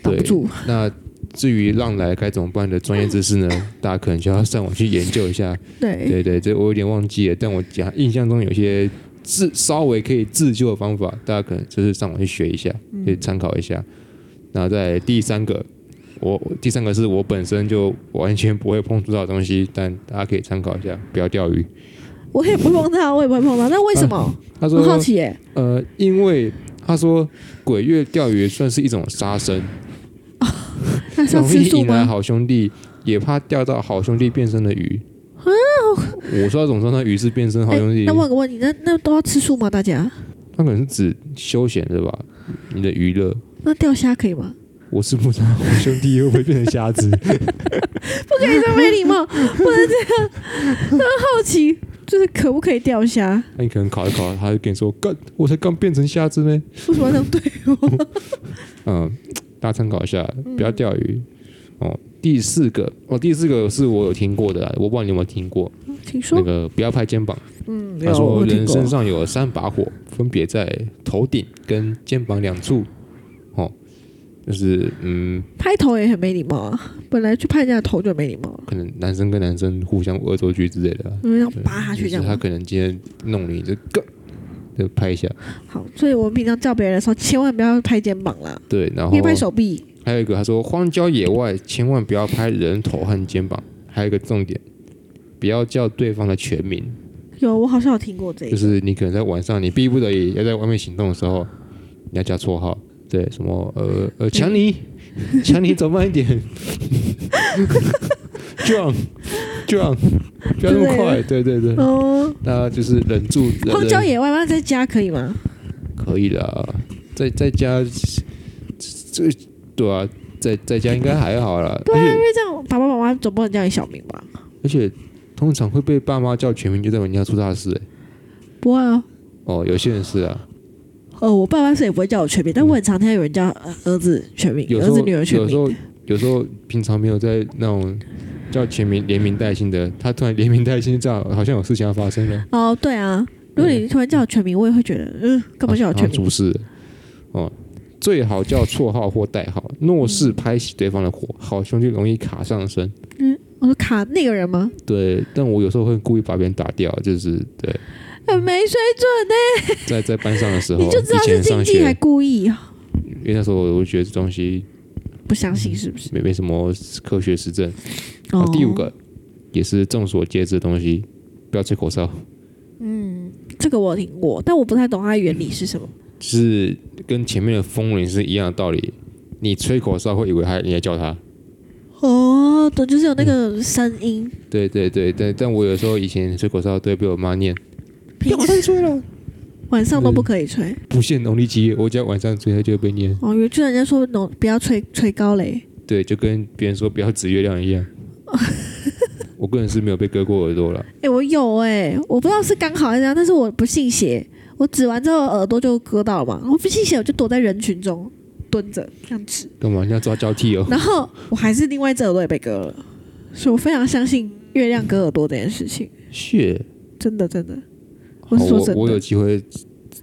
B: 挡
A: 对
B: 不住。
A: 那至于浪来该怎么办的专业知识 呢，大家可能就要上网去研究一下。
B: 对，
A: 对对，这我有点忘记了，但我讲印象中有些自稍微可以自救的方法，大家可能就是上网去学一下，
B: 嗯
A: 可以参考一下。那在第三个，我我第三个是我本身就完全不会碰触到的东西，但大家可以参考一下，不要钓鱼。
B: 我也不碰到，我也不会碰到。那为什么？
A: 他
B: 我好
A: 说，
B: 奇耶、
A: 呃，因为他说鬼月钓鱼算是一种杀生，
B: 那是要
A: 容
B: 吃
A: 易
B: 素
A: 引来
B: 吗？
A: 好兄弟，也怕钓到好兄弟变身的鱼。我说怎么说呢？鱼是变身好
B: 啊哎
A: 兄弟
B: 那，问个问题，那那都要吃素吗？大家？
A: 它可能是指休闲的吧，你的娱乐。
B: 那钓虾可以吗？
A: 我是不知道我兄弟会不会变成瞎 子，
B: 不可以这么没礼貌，不能这样。 很好奇，就是可不可以钓虾？
A: 那哎你可能考一考，他就跟你说：“干，我才刚变成瞎子呢。
B: 为什么要这样对我？”
A: 嗯，大家参考一下，
B: 嗯
A: 不要钓鱼。哦，第四个，哦，第四个是我有听过的啊，我不知道你有没有听过
B: 请说
A: 那。个“不要拍肩膀”。
B: 嗯，
A: 他
B: 有我
A: 说
B: 听
A: 人
B: 过
A: 身上有三把火，分别在头顶跟肩膀两处。哦，就是嗯，
B: 拍头也很没礼貌啊，本来去拍人家的头就很没礼貌了，
A: 可能男生跟男生互相恶作剧之类的啊、
B: 因为要扒下去这
A: 就是
B: 样
A: 他
B: 吗。
A: 可能今天弄你就个就拍一下，
B: 好，所以我们平常叫别人的时候，千万不要拍肩膀啦，
A: 对，然
B: 可
A: 后
B: 以拍手臂。
A: 还有一个他说荒郊野外千万不要拍人头和肩膀，还有一个重点，不要叫对方的全名，
B: 有，我好像有听过这
A: 就
B: 个。
A: 是你可能在晚上你逼不得已要在外面行动的时候，你要叫绰号，对，什么呃呃强尼，强尼走慢一点，John John，不要那么快，对对对，
B: 哦，
A: 那就是忍住，忍
B: 荒郊野外吗？在家可以吗？
A: 可以啦，在在家，这对啊，在在家应该还好啦。
B: 对啊，因为这样爸爸妈妈总不能叫你小名吧？
A: 而且而且通常会被爸妈叫全名，就代表你要出大事、欸、
B: 不会啊。
A: 哦，有些人是啊，
B: 呃，我爸妈是也不会叫我全名，但我很常听到有人叫呃儿子全名，
A: 有时
B: 儿
A: 候
B: 子女儿全
A: 有时
B: 名。
A: 候有时候平常没有在那种叫全名连名带姓的，他突然连名带姓，这样好像有事情要发生了，
B: 哦，对啊，如果你突然叫我全名，我也会觉得，嗯，干嘛叫我
A: 啊好
B: 全
A: 像
B: 名？
A: 出事了哦。最好叫绰号或代号，若是
B: 嗯
A: 拍起对方的火，好兄弟容易卡上身。
B: 我说卡那个人吗？
A: 对，但我有时候会故意把别人打掉，就是对。
B: 很呃没水准呢、
A: 在在班上的时候，
B: 你就知道
A: 以前
B: 是禁
A: 上
B: 忌还
A: 学，
B: 故意啊
A: 因为那时候我觉得这东西
B: 不相信是不是？
A: 没没什么科学实证。
B: 哦
A: 然嗯啊后第五个也是众所皆知的东西，不要吹口哨，
B: 这个我有听过，但我不太懂它的原理是什么。
A: 就是跟前面的风铃是一样的道理。你吹口哨会以为他你在叫他，
B: 哦，对，就是有那
A: 嗯
B: 个声音，
A: 对对对对。但我有时候以前吹口哨都会被我妈念，
B: 平时吹了，晚上都不可以吹。
A: 不限农历七月，我只要晚上吹，她就会被念。
B: 哦，有就人家说农不要吹吹高嘞，
A: 对，就跟别人说不要指月亮一样。我个人是没有被割过耳朵了，
B: 哎、我有哎、我不知道是刚好还是怎样，但是我不信邪，我指完之后耳朵就割到了嘛，我不信邪，我就躲在人群中蹲着这样指，
A: 干嘛？你要抓交替哦。
B: 然后我还是另外一只耳朵也被割了，所以我非常相信月亮割耳朵这件事情，
A: 血。
B: 真的真的，
A: 好
B: 我是说
A: 我
B: 真的，
A: 我有机会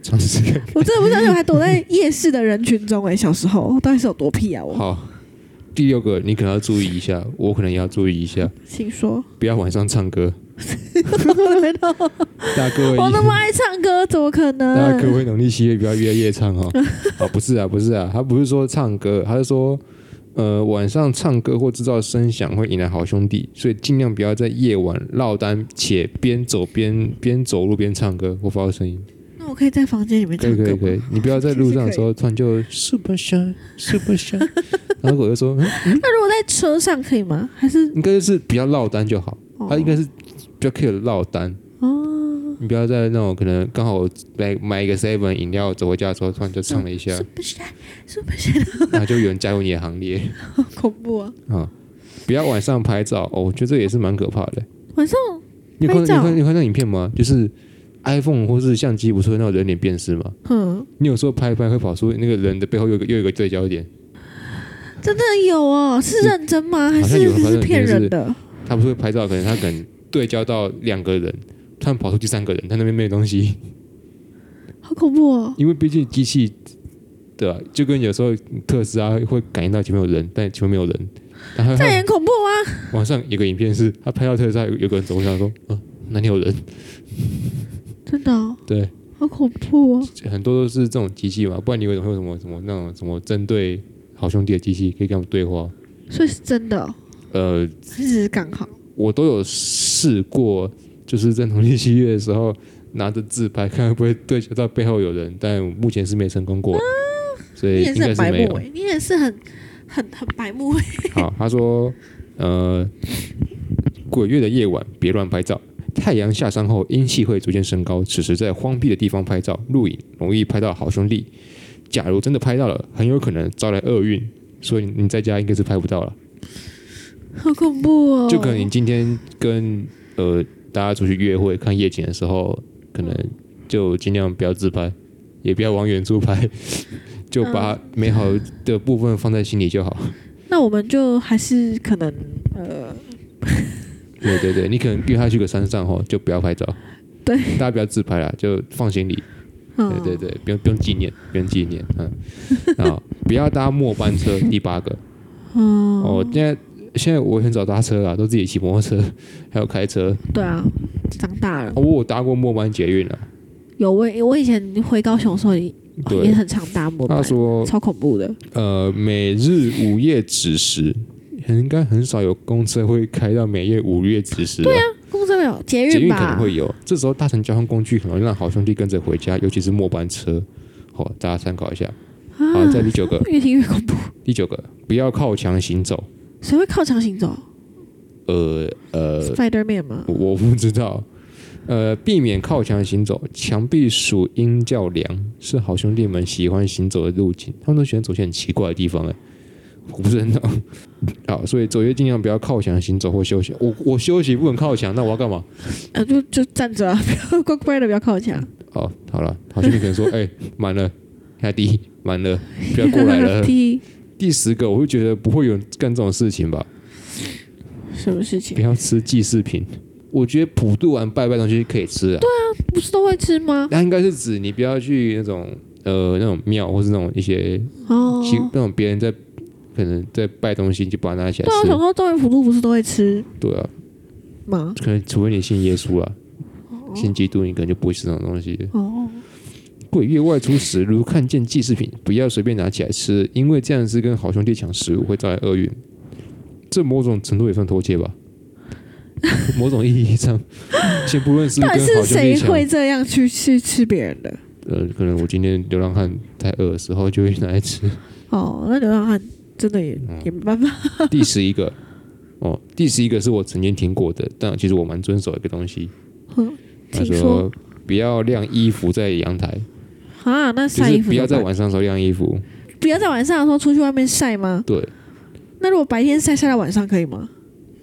A: 尝试看看。
B: 我真的不相信，我还躲在夜市的人群中哎、小时候我到底是有多屁啊我？
A: 好，第六个你可能要注意一下，我可能也要注意一下，
B: 请 说，
A: 不要晚上唱歌。
B: 我没懂，
A: 大家各位，
B: 我那
A: 大
B: 么爱唱歌，怎么可
A: 家各
B: 能？
A: 位农历七月不要越夜唱 哦。啊，不是啊，不是啊，他不是说唱歌，他是说。呃，晚上唱歌或制造声响会引来好兄弟，所以尽量不要在夜晚落单，且边走边边走路边唱歌或发出声音。
B: 那我可以在房间里面
A: 可
B: 唱
A: 以可
B: 歌
A: 以
B: 吗
A: 可？ 以，你不要在路上的时候突然就 super shy super shy，然后 我就说，嗯
B: 那如果在车上可以吗？还是
A: 应该就是比较落单就好。
B: 哦
A: 他应该是比较 care 落单，
B: 哦，
A: 你不要在那种可能刚好来买一个 seven 饮料走回家的时候，突然就唱了一下
B: 是，不是啊是不是啊
A: 然后就有人加入你的行列
B: 好恐怖啊！
A: 啊！不要晚上拍照哦，我觉得这个也是蛮可怕的。
B: 晚上
A: 你有看
B: 拍照
A: 你看你有看那影片吗？就是 iPhone 或是相机不是会那种人脸辨识吗？
B: 嗯，
A: 你有时候拍一拍会跑出那个人的背后又有一个又有一个对焦点，
B: 真的有哦，是认真吗？还
A: 好像
B: 是
A: 有
B: 这
A: 好像
B: 是
A: 有
B: 骗人的？
A: 他不是会拍照，可能他可能对焦到两个人，突然跑出第三个人，他那边没有东西。
B: 好恐怖哦！
A: 因为毕竟机器，对吧、就跟有时候特斯拉会感应到前面有人，但前面没有人。然后
B: 这
A: 他
B: 也很恐怖啊！
A: 网上有个影片是，他拍到特斯拉有有个人走过去，他说：“嗯、哪里有人
B: 真的哦、？”
A: 对，
B: 好恐怖哦！
A: 很多都是这种机器嘛，不然你为什么会有什么什么那种什么针对好兄弟的机器可以跟他们对话？
B: 所以是真的、哦，
A: 呃，
B: 只是刚好。
A: 我都有试过，就是在农历七月的时候拿着自拍，看会不会对焦到背后有人，但目前是没成功过，所
B: 啊你
A: 以
B: 也
A: 应
B: 是
A: 该
B: 很
A: 是
B: 白
A: 没有
B: 目。哎、你也是很很很白目哎、
A: 好，他说，呃，鬼月的夜晚别乱拍照，太阳下山后，阴气会逐渐升高，此时在荒僻的地方拍照录影，容易拍到好兄弟。假如真的拍到了，很有可能招来厄运，所以你在家应该是拍不到了。
B: 好恐怖哦！
A: 就可能你今天跟呃大家出去约会看夜景的时候，可能就尽量不要自拍，也不要往远处拍，就把美好的部分放在心里就好。
B: 那我们就还是可能呃，
A: 对对对，你可能约他去个山上吼，就不要拍照。
B: 对，
A: 大家不要自拍啦，就放心里。
B: 嗯
A: 对对对，不用不用纪念，不用纪念。 嗯，啊，不要搭末班车。第八个，
B: 嗯，
A: 哦，现在现在我很少搭车啊，都自己骑摩托车，还有开车。
B: 对啊，长大了
A: 哦、我有搭过末班捷运啊，
B: 有我我以前回高雄的时候也哦也
A: 对，
B: 很常搭摩拜
A: 他，说
B: 超恐怖的。
A: 呃，每日午夜子时，应该很少有公车会开到每夜午夜子时、对啊，
B: 公车没有捷
A: 捷
B: 运
A: 运可能
B: 吧？
A: 会有。这时候搭乘交通工具很容易让好兄弟跟着回家，尤其是末班车。好、大家参考一下。好，在第九个，
B: 越听越恐怖，
A: 第九个，不要靠墙行走。
B: 谁会靠墙行走
A: 呃呃，
B: ？Spider Man 吗？
A: 我我不知道。呃，避免靠墙行走，墙壁属阴较凉，是好兄弟们喜欢行走的路径。他们都喜欢走些很奇怪的地方、欸，我不是很懂。好，所以走夜尽量不要靠墙行走或休息。我我休息不能靠墙，那我要干嘛？
B: 呃，就就站着啊， 不要乖乖的，不要靠啊墙。
A: 哦，好了，好兄弟可能 说，哎、满了，下地满了，不要过来 了。
B: 第一
A: 第十个，我会觉得不会有人干这种事情吧？
B: 什么事情
A: 不？要吃祭祀品。我觉得普渡完拜拜东西可以吃啊。
B: 不是都会吃吗？
A: 那应该是指你不要去那种呃那种庙，或是那种一些
B: 哦，
A: 其那种别人在可能在拜东西，你就把它拿起来
B: 对啊，我想
A: 吃。
B: 说中原普渡不是都会吃
A: 对啊，
B: 吗？
A: 可能除非你信耶稣啊，信基督，你可能就不会吃这种东西。
B: 哦，
A: 鬼月外出时，如看见祭祀品，不要随便拿起来吃，因为这样是跟好兄弟抢食物，会招来厄运。这某种程度也算偷窃 吧。某种意义上，先不论是不
B: 到
A: 是
B: 底
A: 跟好
B: 是
A: 兄
B: 谁
A: 弟抢，
B: 会这样去去吃别人的？
A: 呃，可能我今天流浪汉太饿的时候就会拿来吃。
B: 哦，那流浪汉真的也
A: 嗯
B: 也没 办法。
A: 第十一 个，哦，第十一个是我曾经听过的，但其实我蛮遵守一个东西。
B: 嗯
A: 他
B: 请说
A: 说不要晾衣服在阳台，
B: 啊，那
A: 就
B: 晒
A: 是
B: 衣服
A: 不要
B: 怎
A: 在
B: 么办
A: 晚上的时候晾衣服。
B: 不要在晚上的时候出去外面晒吗？
A: 对，
B: 那如果白天晒晒到晚上可以吗？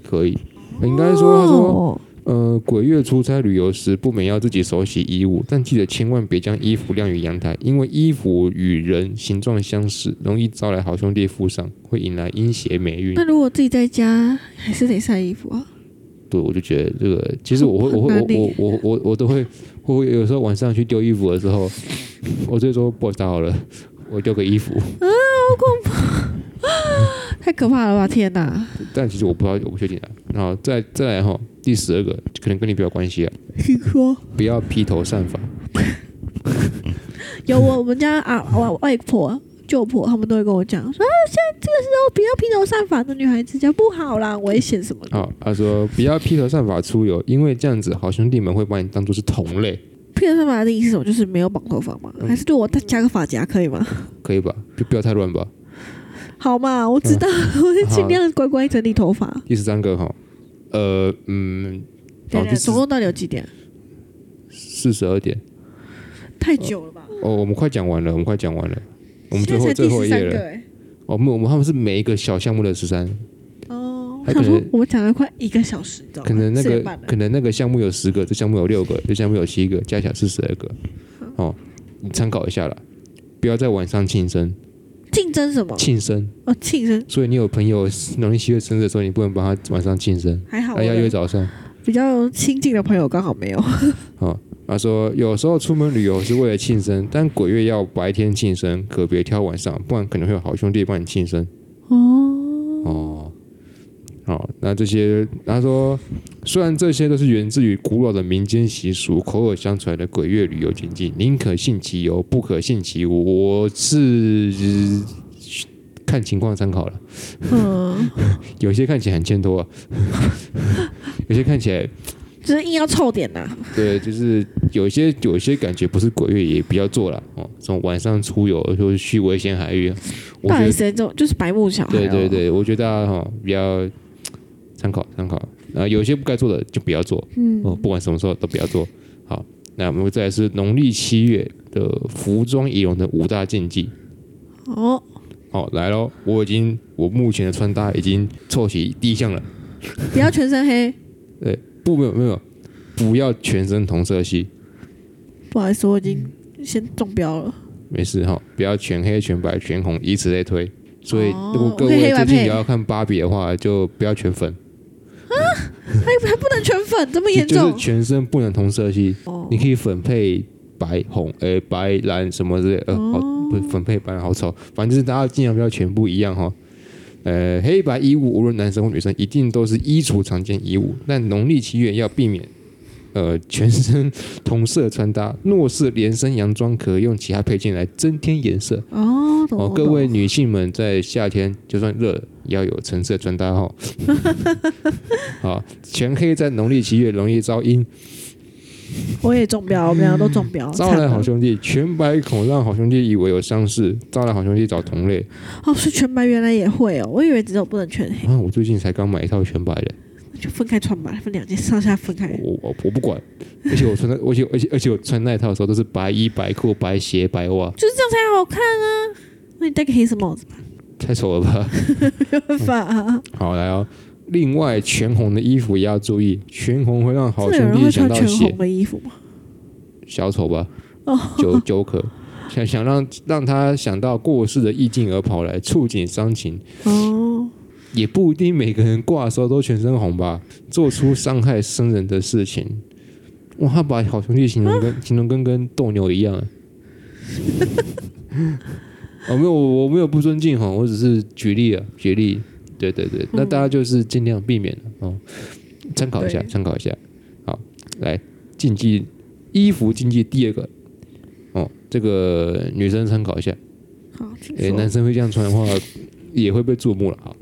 A: 可以。应该说，他说，
B: 哦
A: 呃，鬼月出差旅游时，不免要自己手洗衣物，但记得千万别将衣服晾于阳台，因为衣服与人形状相似，容易招来好兄弟附上，会引来阴邪霉运
B: 那。如果自己在家还是得晒衣服啊。
A: 对，我就觉得这个，其实我会，我会
B: 很难，理
A: 我我我我我都会，会会有时候晚上去丢衣服的时候，我就会说不好意思打扰了，我丢个衣服。
B: 啊 太可怕了吧！天哪，
A: 但其实我不知道，我不确定啊。然后再再来哈，第十二个可能跟你比较有关系啊，
B: 听说
A: 不要披头散发。
B: 有我我们家啊，我外婆、舅婆他们都会跟我讲说，啊，现在这个时候不要披头散发的女孩子这样不好啦，危险什么的。
A: 啊，他说不要披头散发出游，因为这样子好兄弟们会把你当做是同类，
B: 披头散发的定义是什么？就是没有绑头发吗？还是对我再加个发夹可以吗？
A: 可以吧？就不要太乱吧。
B: 好嘛，我知道， 我会尽量乖乖整理头发。
A: 第十三个哈，呃嗯，
B: 对
A: 好，
B: 对，
A: 第
B: 总共到底有几点？
A: 四十二点。
B: 太久了吧？
A: 哦，我们快讲完了，我们快讲完了，我们最后
B: 现在
A: 最
B: 才第
A: 后
B: 十
A: 一页
B: 三
A: 了
B: 个。哎。
A: 哦，没有，我们他们是每一个小项目的十三，
B: 哦，我
A: 还
B: 想
A: 可
B: 说
A: 能
B: 我们讲了快一个小时，你知道吗？
A: 可能那
B: 四
A: 个
B: 点半了
A: 可能那个项目有十个，这项目有六个，这项目有七个，加起来是十二个。哦，你参考一下啦，不要在晚上庆生，
B: 竞争什么？
A: 庆生。
B: 哦，庆生
A: 所以你有朋友农历七月生日的时候，你不能帮他晚上庆生，
B: 还好，
A: 那哎要
B: 我的
A: 约早上。
B: 比较亲近的朋友刚好 没有。
A: 哦，他说有时候出门旅游是为了庆生，但鬼月要白天庆生，可别挑晚上，不然可能会有好兄弟帮你庆生。
B: 哦，
A: 哦，好，那这些他说，虽然这些都是源自于古老的民间习俗、口耳相传的鬼月旅游禁忌，宁可信其有，不可信其无。我是看情况参考了，
B: 嗯，
A: 有些看起来很欠拖、啊， 有些看起来
B: 就是硬要凑点呐、
A: 对，就是有些有些感觉不是鬼月也不要做了哦，这种晚上出游就是去危险海域，我
B: 到
A: 觉
B: 底
A: 得
B: 谁这种就是白目小孩、哦
A: 对对，对，我觉得大家哈比较参考参考。啊，有些不该做的就不要做，嗯，哦，不管什么时候都不要做。好，那我们再来是农历七月的服装仪容的五大禁忌。
B: 哦，
A: 哦，来喽，我已经我目前的穿搭已经凑齐第一项了，
B: 不要全身黑。
A: 不，没有没有，不要全身同色系，
B: 不好意思，我已经先中标了。
A: 没事哈，不要全黑、全白、全红，以此类推。所以，如果
B: 哦
A: 各
B: 我可以黑
A: 位
B: 白
A: 最近
B: 配
A: 也要看芭比的话，就不要全粉，
B: 还哎还不能全粉，这么
A: 就
B: 严
A: 就是
B: 重？
A: 全身不能同色系，
B: 哦
A: 你可以粉配白红，呃，白蓝什么之类，呃，
B: 哦
A: 好，不是粉配白蓝好丑，反正就是大家尽量不要全部一样哈。呃，黑白衣物无论男生或女生，一定都是衣橱常见衣物，但农历七月要避免。呃，全身同色穿搭，若是连身洋装，可用其他配件来增添颜色。
B: 哦，懂
A: 哦，
B: 懂
A: 各位
B: 懂
A: 女性们，在夏天就算热了，也要有橙色穿搭 哈。好，全黑在农历七月容易招阴，
B: 我也中标，我们俩都中标，
A: 招
B: 惨
A: 来
B: 了
A: 嗯好兄弟，全白恐让好兄弟以为有丧事，招来好兄弟找同类。
B: 哦，是全白原来也会哦，我以为只有不能全黑，
A: 啊，我最近才刚买一套全白的，
B: 那就分开穿吧，分两件上下分开。
A: 我我我不管，而且我穿的， 而且而且而且我穿那一套的时候都是白衣、白裤、白鞋、白袜，
B: 就是这样才好看啊！那你戴个黑色帽子吧，
A: 太丑了吧？ 嗯
B: 没办法、啊，
A: 好，来哦。另外，全红的衣服也要注意，全红会让好
B: 真的
A: 兄
B: 有人
A: 弟
B: 会
A: 想
B: 穿
A: 到
B: 全
A: 血
B: 红的衣服吗？
A: 小丑吧，
B: 哦，
A: 九九可，想想让让他想到过世的意境而跑来，触景伤情，
B: 哦，
A: 也不一定每个人挂的时候都全身红吧，做出伤害生人的事情。哇，他把好兄弟形容跟形容跟跟斗牛一样啊。 我、没有，我我没有不尊敬哈，我只是举例啊，举例。对对对，那大家就是尽量避免哦，参考一下，
B: 对
A: 参考一下。好，来禁忌衣服禁忌第二个哦，这个女生参考一下。
B: 好，请
A: 诶、
B: 说。
A: 男生会这样穿的话，也会被注目了啊。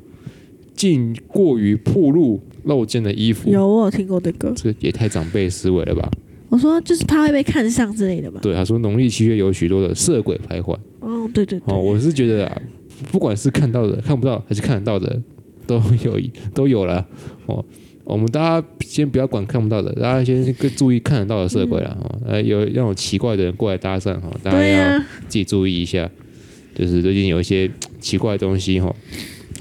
A: 禁过于暴露露肩的衣服，
B: 有我有听过这个，
A: 这也太长辈思维了吧？
B: 我说就是怕会被看上之类的吧。
A: 对，他说农历七月有许多的色鬼徘徊。
B: 哦，对对对，
A: 哦，我是觉得啊，不管是看到的、看不到还是看得到的，都有 都有了哦。我们大家先不要管看不到的，大家先更注意看得到的色鬼啦。哦，呃，有那种奇怪的人过来搭讪哈、哦，大家
B: 嗯对
A: 要
B: 呀、
A: 自己注意一下，就是最近有一些奇怪的东西哈，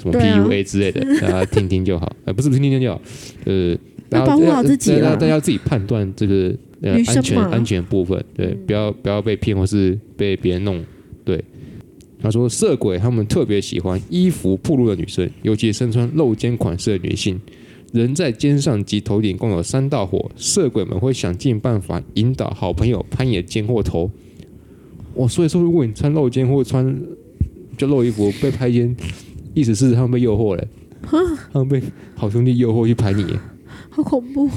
A: 什么
B: 对啊
A: PUA 之类 的，大家听听就好。呃，不是不是听听就好，呃，大家
B: 保护好自己
A: 大家
B: 啦
A: 大家自己判断这个呃
B: 女
A: 安
B: 生
A: 全
B: 嘛嗯
A: 安全部分，对，不要不要被骗或是被别人弄。对，他说色鬼他们特别喜欢衣服暴露的女生，尤其身穿露肩款式的女性。人在肩上及头顶共有三道火，色鬼们会想尽办法引导好朋友攀你的肩或头。哇，所以说如果你穿露肩或穿就露衣服被拍肩，意思是他们被诱惑了，他们被好兄弟诱惑去拍你。
B: 好恐怖。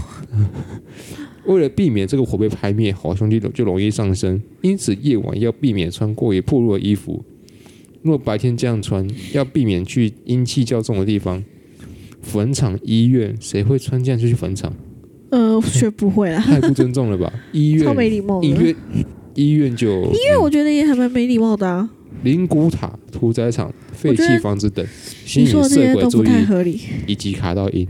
A: 为了避免这个火被拍灭，好兄弟就容易上身，因此夜晚要避免穿过于暴露的衣服。若白天这样穿，要避免去阴气较重的地方，坟场、医院，谁会穿这样就去坟场？
B: 呃，学不会啦，
A: 太不尊重了吧！医
B: 超没
A: 院，
B: 礼貌的。
A: 医院，医院就医
B: 因为我觉得也还蛮没礼貌的啊。
A: 灵骨塔、屠宰场、废
B: 我觉
A: 弃
B: 得
A: 房子等，吸
B: 你
A: 引
B: 说的这
A: 色
B: 些
A: 鬼
B: 都不
A: 注意
B: 太合理，
A: 以及卡到音。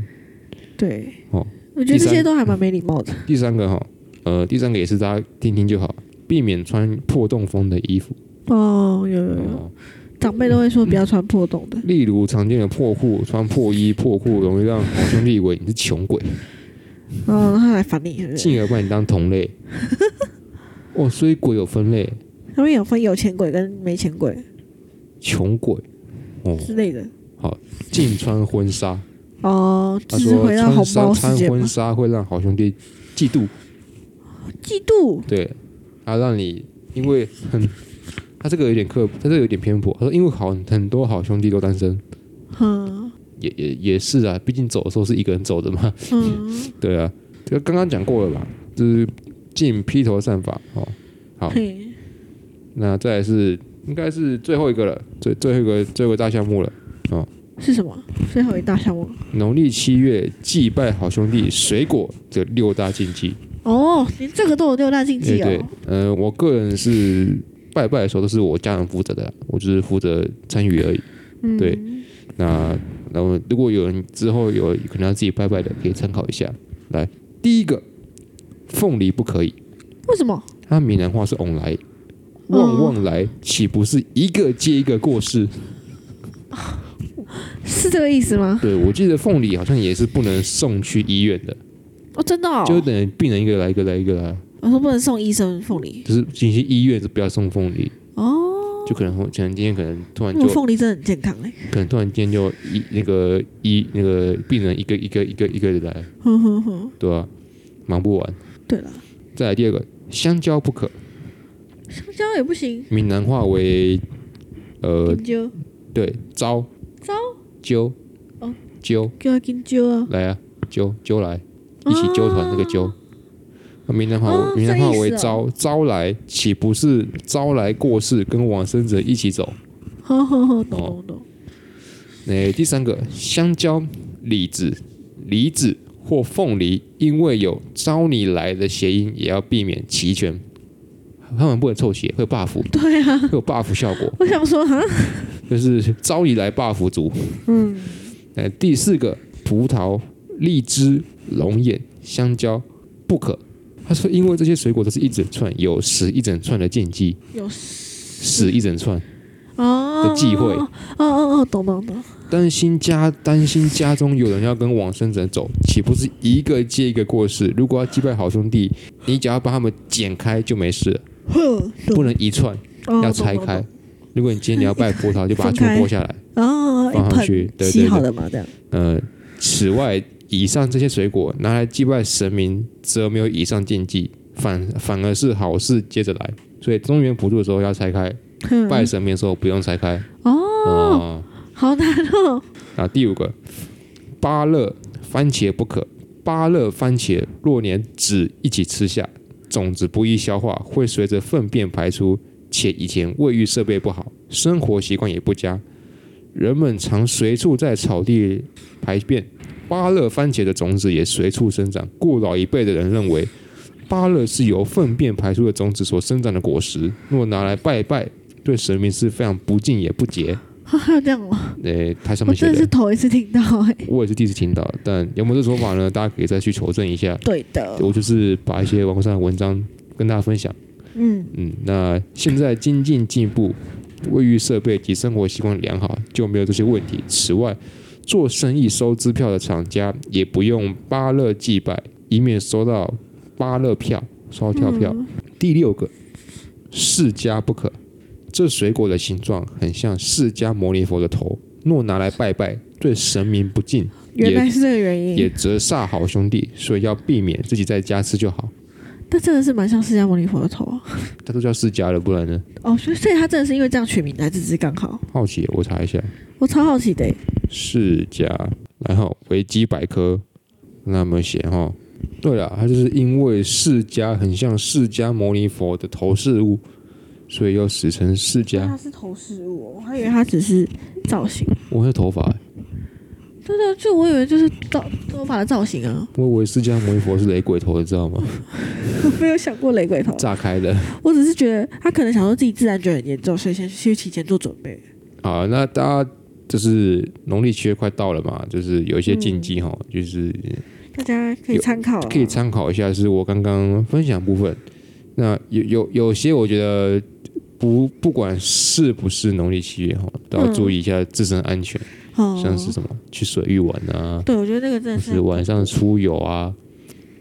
B: 对。
A: 哦
B: 我觉得这
A: 第
B: 些
A: 三
B: 都还蛮没礼貌的。
A: 第三个哈，呃，第三个也是大家听听就好，避免穿破洞风的衣服。
B: 哦，有有有，
A: 哦
B: 长辈都会说不要穿破洞的。
A: 例如常见的破裤、穿破衣、破裤，容易让好兄弟以为你是穷鬼，
B: 哦，然后来烦你，是不是？
A: 进而把你当同 类。哦，所以鬼有分类，
B: 他们有分有钱鬼跟没钱鬼
A: 穷鬼。哦，
B: 之类的。
A: 禁穿婚纱。
B: 哦，
A: 他
B: 就是
A: 说
B: 回到
A: 穿
B: 红
A: 纱
B: 包
A: 穿
B: 事件
A: 婚
B: 嘛，
A: 纱会让好兄弟嫉妒，
B: 嫉妒
A: 对，他让你因为很，他这个有点刻，他这个有点偏颇。他说因为好很多好兄弟都单身，
B: 嗯
A: 也也也是啊，毕竟走的时候是一个人走的嘛。
B: 嗯，
A: 对啊，这个刚刚讲过了吧？就是禁披头散发哦。好，
B: 嘿，
A: 那再来是应该是最后一个了，最最后一个最后一个大项目了。
B: 是什么？最后一大项目
A: 农历七月祭拜好兄弟水果这六大禁忌。
B: 哦，连这个都有六大禁忌
A: 对对
B: 哦。，
A: 呃，我个人是拜拜的时候都是我家人负责的啦，我只是负责参与而已。
B: 嗯，
A: 对，那然后如果有人之后有可能要自己拜拜的，可以参考一下。来，第一个，凤梨不可以，
B: 为什么？
A: 它闽南话是“翁来”，
B: 哦
A: 旺旺来，岂不是一个接一个过世？
B: 是这个意思吗？
A: 对，我记得凤梨好像也是不能送去医院的，
B: 哦，真的哦。
A: 就等病人一个来一个来一个来，
B: 我说不能送医生凤梨
A: 就是进去医院是不要送凤梨，
B: 哦，
A: 就可能可能今天可能突然
B: 那
A: 就
B: 凤梨真的很健康欸嘞。
A: 可能突然间就一那个一那个病人一个一个一个一个的来，
B: 哼哼哼，
A: 对吧、忙不完。
B: 对了，
A: 再来第二个，香蕉不可，
B: 香蕉也不行，
A: 闽南话为呃
B: 香蕉
A: 对招
B: 招
A: 揪
B: 哦
A: 揪
B: 就要香蕉啊，
A: 来啊揪揪来一起揪团那个揪。那闽南话
B: 哦
A: 闽南话为
B: 这意思
A: 招招来，岂不是招来过世跟往生者一起走？
B: 啊好好好，懂
A: 哦
B: 懂懂。
A: 诶，第三个，香蕉、李子、梨子或凤梨，因为有“招你来”的谐音，也要避免齐全。他们不能凑齐，会有 buff，会
B: 对啊，
A: 有 buff 效果，
B: 我想说啊哈，
A: 就是招你来 buff 族。
B: 嗯，
A: 呃，第四个，葡萄、荔枝、龙眼、香蕉不可。他说，因为这些水果都是一整串，有十一整串的禁忌，
B: 有
A: 十一整串。
B: 哦
A: 的忌讳
B: 哦哦哦，懂懂懂。
A: 担心家担心家中有人要跟往生者走，岂不是一个接一个过世？如果要祭拜好兄弟，你只要把他们剪开就没事了，
B: 哼，哦
A: 不能一串，
B: 能
A: 要拆开。如果你今天你要拜 葡萄，就把它
B: 分
A: 全
B: 开
A: 部剥下来。
B: 哦，
A: 放
B: 一
A: 上去对
B: 盆洗
A: 对
B: 好
A: 对
B: 的嘛，这样。
A: 呃，此外，以上这些水果拿来祭拜神明，则没有以上禁忌，反反而是好事接着来。所以中原普渡的时候要拆开，
B: 嗯
A: 拜神明的时候不用拆开。
B: 哦，
A: 哦
B: 好难哦。
A: 啊，第五个，芭乐番茄不可。芭乐番茄若连籽一起吃下，种子不易消化，会随着粪便排出，且以前卫浴设备不好，生活习惯也不佳，人们常随处在草地排便。芭乐番茄的种子也随处生长，故老一辈的人认为，芭乐是由粪便排出的种子所生长的果实，若拿来拜拜，对神明是非常不敬也不洁。
B: 还有这样哦，
A: 呃，他上
B: 我
A: 面写
B: 真
A: 的
B: 的是头一次听到哎。
A: 我也是第一次听到，但有没有这说法呢？大家可以再去求证一下。
B: 对的，
A: 我就是把一些网络上的文章跟大家分享。
B: 嗯，
A: 嗯，那现在经济进步，卫浴设备及生活习惯良好，就没有这些问题。此外，做生意收支票的厂家也不用芭乐祭拜，以免收到芭乐票、收到跳票。
B: 嗯
A: 第六个，释迦不可。这水果的形状很像释迦牟尼佛的头，若拿来拜拜，对神明不敬。
B: 原
A: 也
B: 来是这个原因。
A: 也折煞好兄弟，所以要避免自己在家吃就好。
B: 但真的是蛮像释迦牟尼佛的头啊。
A: 他都叫释迦了，不然呢？
B: 哦，所以所以他真的是因为这样取名来，这只是刚好。
A: 好奇，我查一下
B: 我超好奇的欸，
A: 释迦，然后维基百科那么写哈。对了，他就是因为释迦很像释迦牟尼佛的头饰物，所以又史称释迦。
B: 它是头饰物哦，我还以为它只是造型。
A: 我有头发，
B: 对的，就我以为就是造头发的造型啊，
A: 我以为释迦牟尼佛是雷鬼头，你知道吗？
B: 我 没有想过雷鬼头。
A: 炸开的。
B: 我只是觉得他可能想说自己自然觉得很严重，所以先去提前做准备。
A: 好，那大家就是农历七月快到了嘛，就是有一些禁忌哈，就是
B: 大家可以参考啊，
A: 可以参考一下，是我刚刚分享的部分。那有有有些我觉得不不管是不是农历七月哈，都要
B: 嗯
A: 注意一下自身安全，
B: 哦
A: 像是什么去水域玩啊，
B: 嗯对，我觉得那个真
A: 或
B: 的
A: 是
B: 是
A: 晚上出游啊。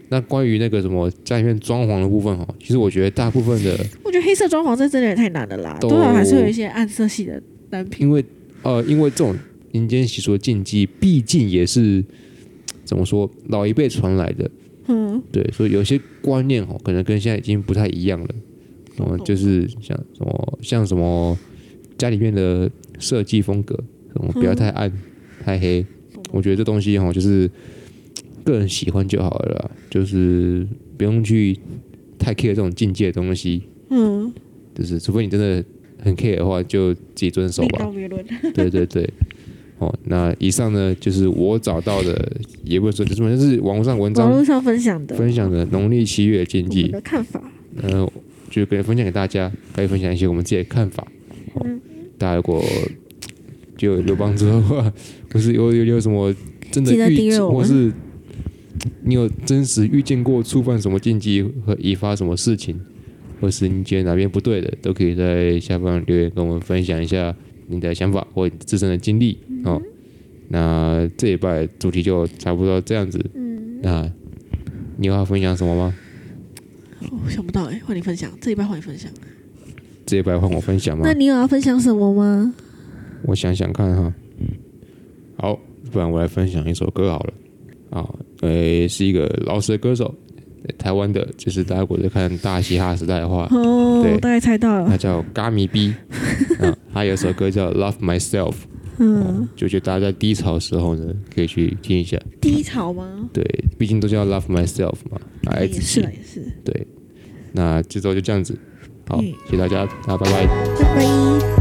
A: 那关于那个什么家里面装潢的部分哈，其实我觉得大部分的，
B: 我觉得黑色装潢这真的也太难了啦，
A: 都
B: 多少还是会有一些暗色系的单品。
A: 因为呃，因为这种民间习俗的禁忌，毕竟也是怎么说老一辈传来的，
B: 嗯，
A: 对，所以有些观念哦，可能跟现在已经不太一样了。嗯，
B: 哦
A: 就是像什么像什么家里面的设计风格，什么不要太
B: 嗯
A: 暗、太黑。我觉得这东西哈，就是个人喜欢就好了啦，就是不用去太 care 这种境界的东西。
B: 嗯，
A: 就是除非你真的很 care 的话，就自己遵守
B: 另
A: 吧
B: 当。别论。
A: 对对对。哦，那以上呢，就是我找到的，也不是说，就是反正是网络上文
B: 网
A: 章
B: 络上分享的
A: 分享的农历七月禁
B: 我
A: 忌
B: 们。的看法，
A: 呃，就
B: 嗯
A: 给分享给大家，可以分享一些我们自己的看法。好，大家如果就有帮助的话，不是有有有什么真的
B: 记得订
A: 遇
B: 阅我
A: 或
B: 们
A: 是你有真实遇见过触犯什么禁忌和引发什么事情，或是你觉得哪边不对的，都可以在下方留言跟我们分享一下你的想法或你自身的经历哦。
B: 嗯
A: 那这一拜主题就差不多这样子，
B: 嗯，
A: 那你有要分享什么吗？
B: 我想不到哎、换你分享，这一半换你分享。
A: 这一拜换我分享吗
B: 那？你有要分享什么吗？
A: 我想想看哈。好，不然我来分享一首歌好了。啊，呃，是一个饶舌歌手，呃台湾的，就是大家如果在看大嘻哈时代的 话，
B: 哦，
A: 对
B: 我大概猜到
A: 他
B: 了，
A: 叫 Gummy B，啊，他有一首歌叫《Love Myself》，啊
B: 嗯，
A: 就觉得大家在低潮的时候呢，可以去听一下。
B: 低潮吗？
A: 对，毕竟都叫 Love Myself 嘛，啊爱
B: 也
A: 自
B: 是
A: 己
B: 啦，。也是，
A: 对，那这周就这样子，好，
B: 嗯
A: 谢谢大家，那拜拜。
B: 拜拜。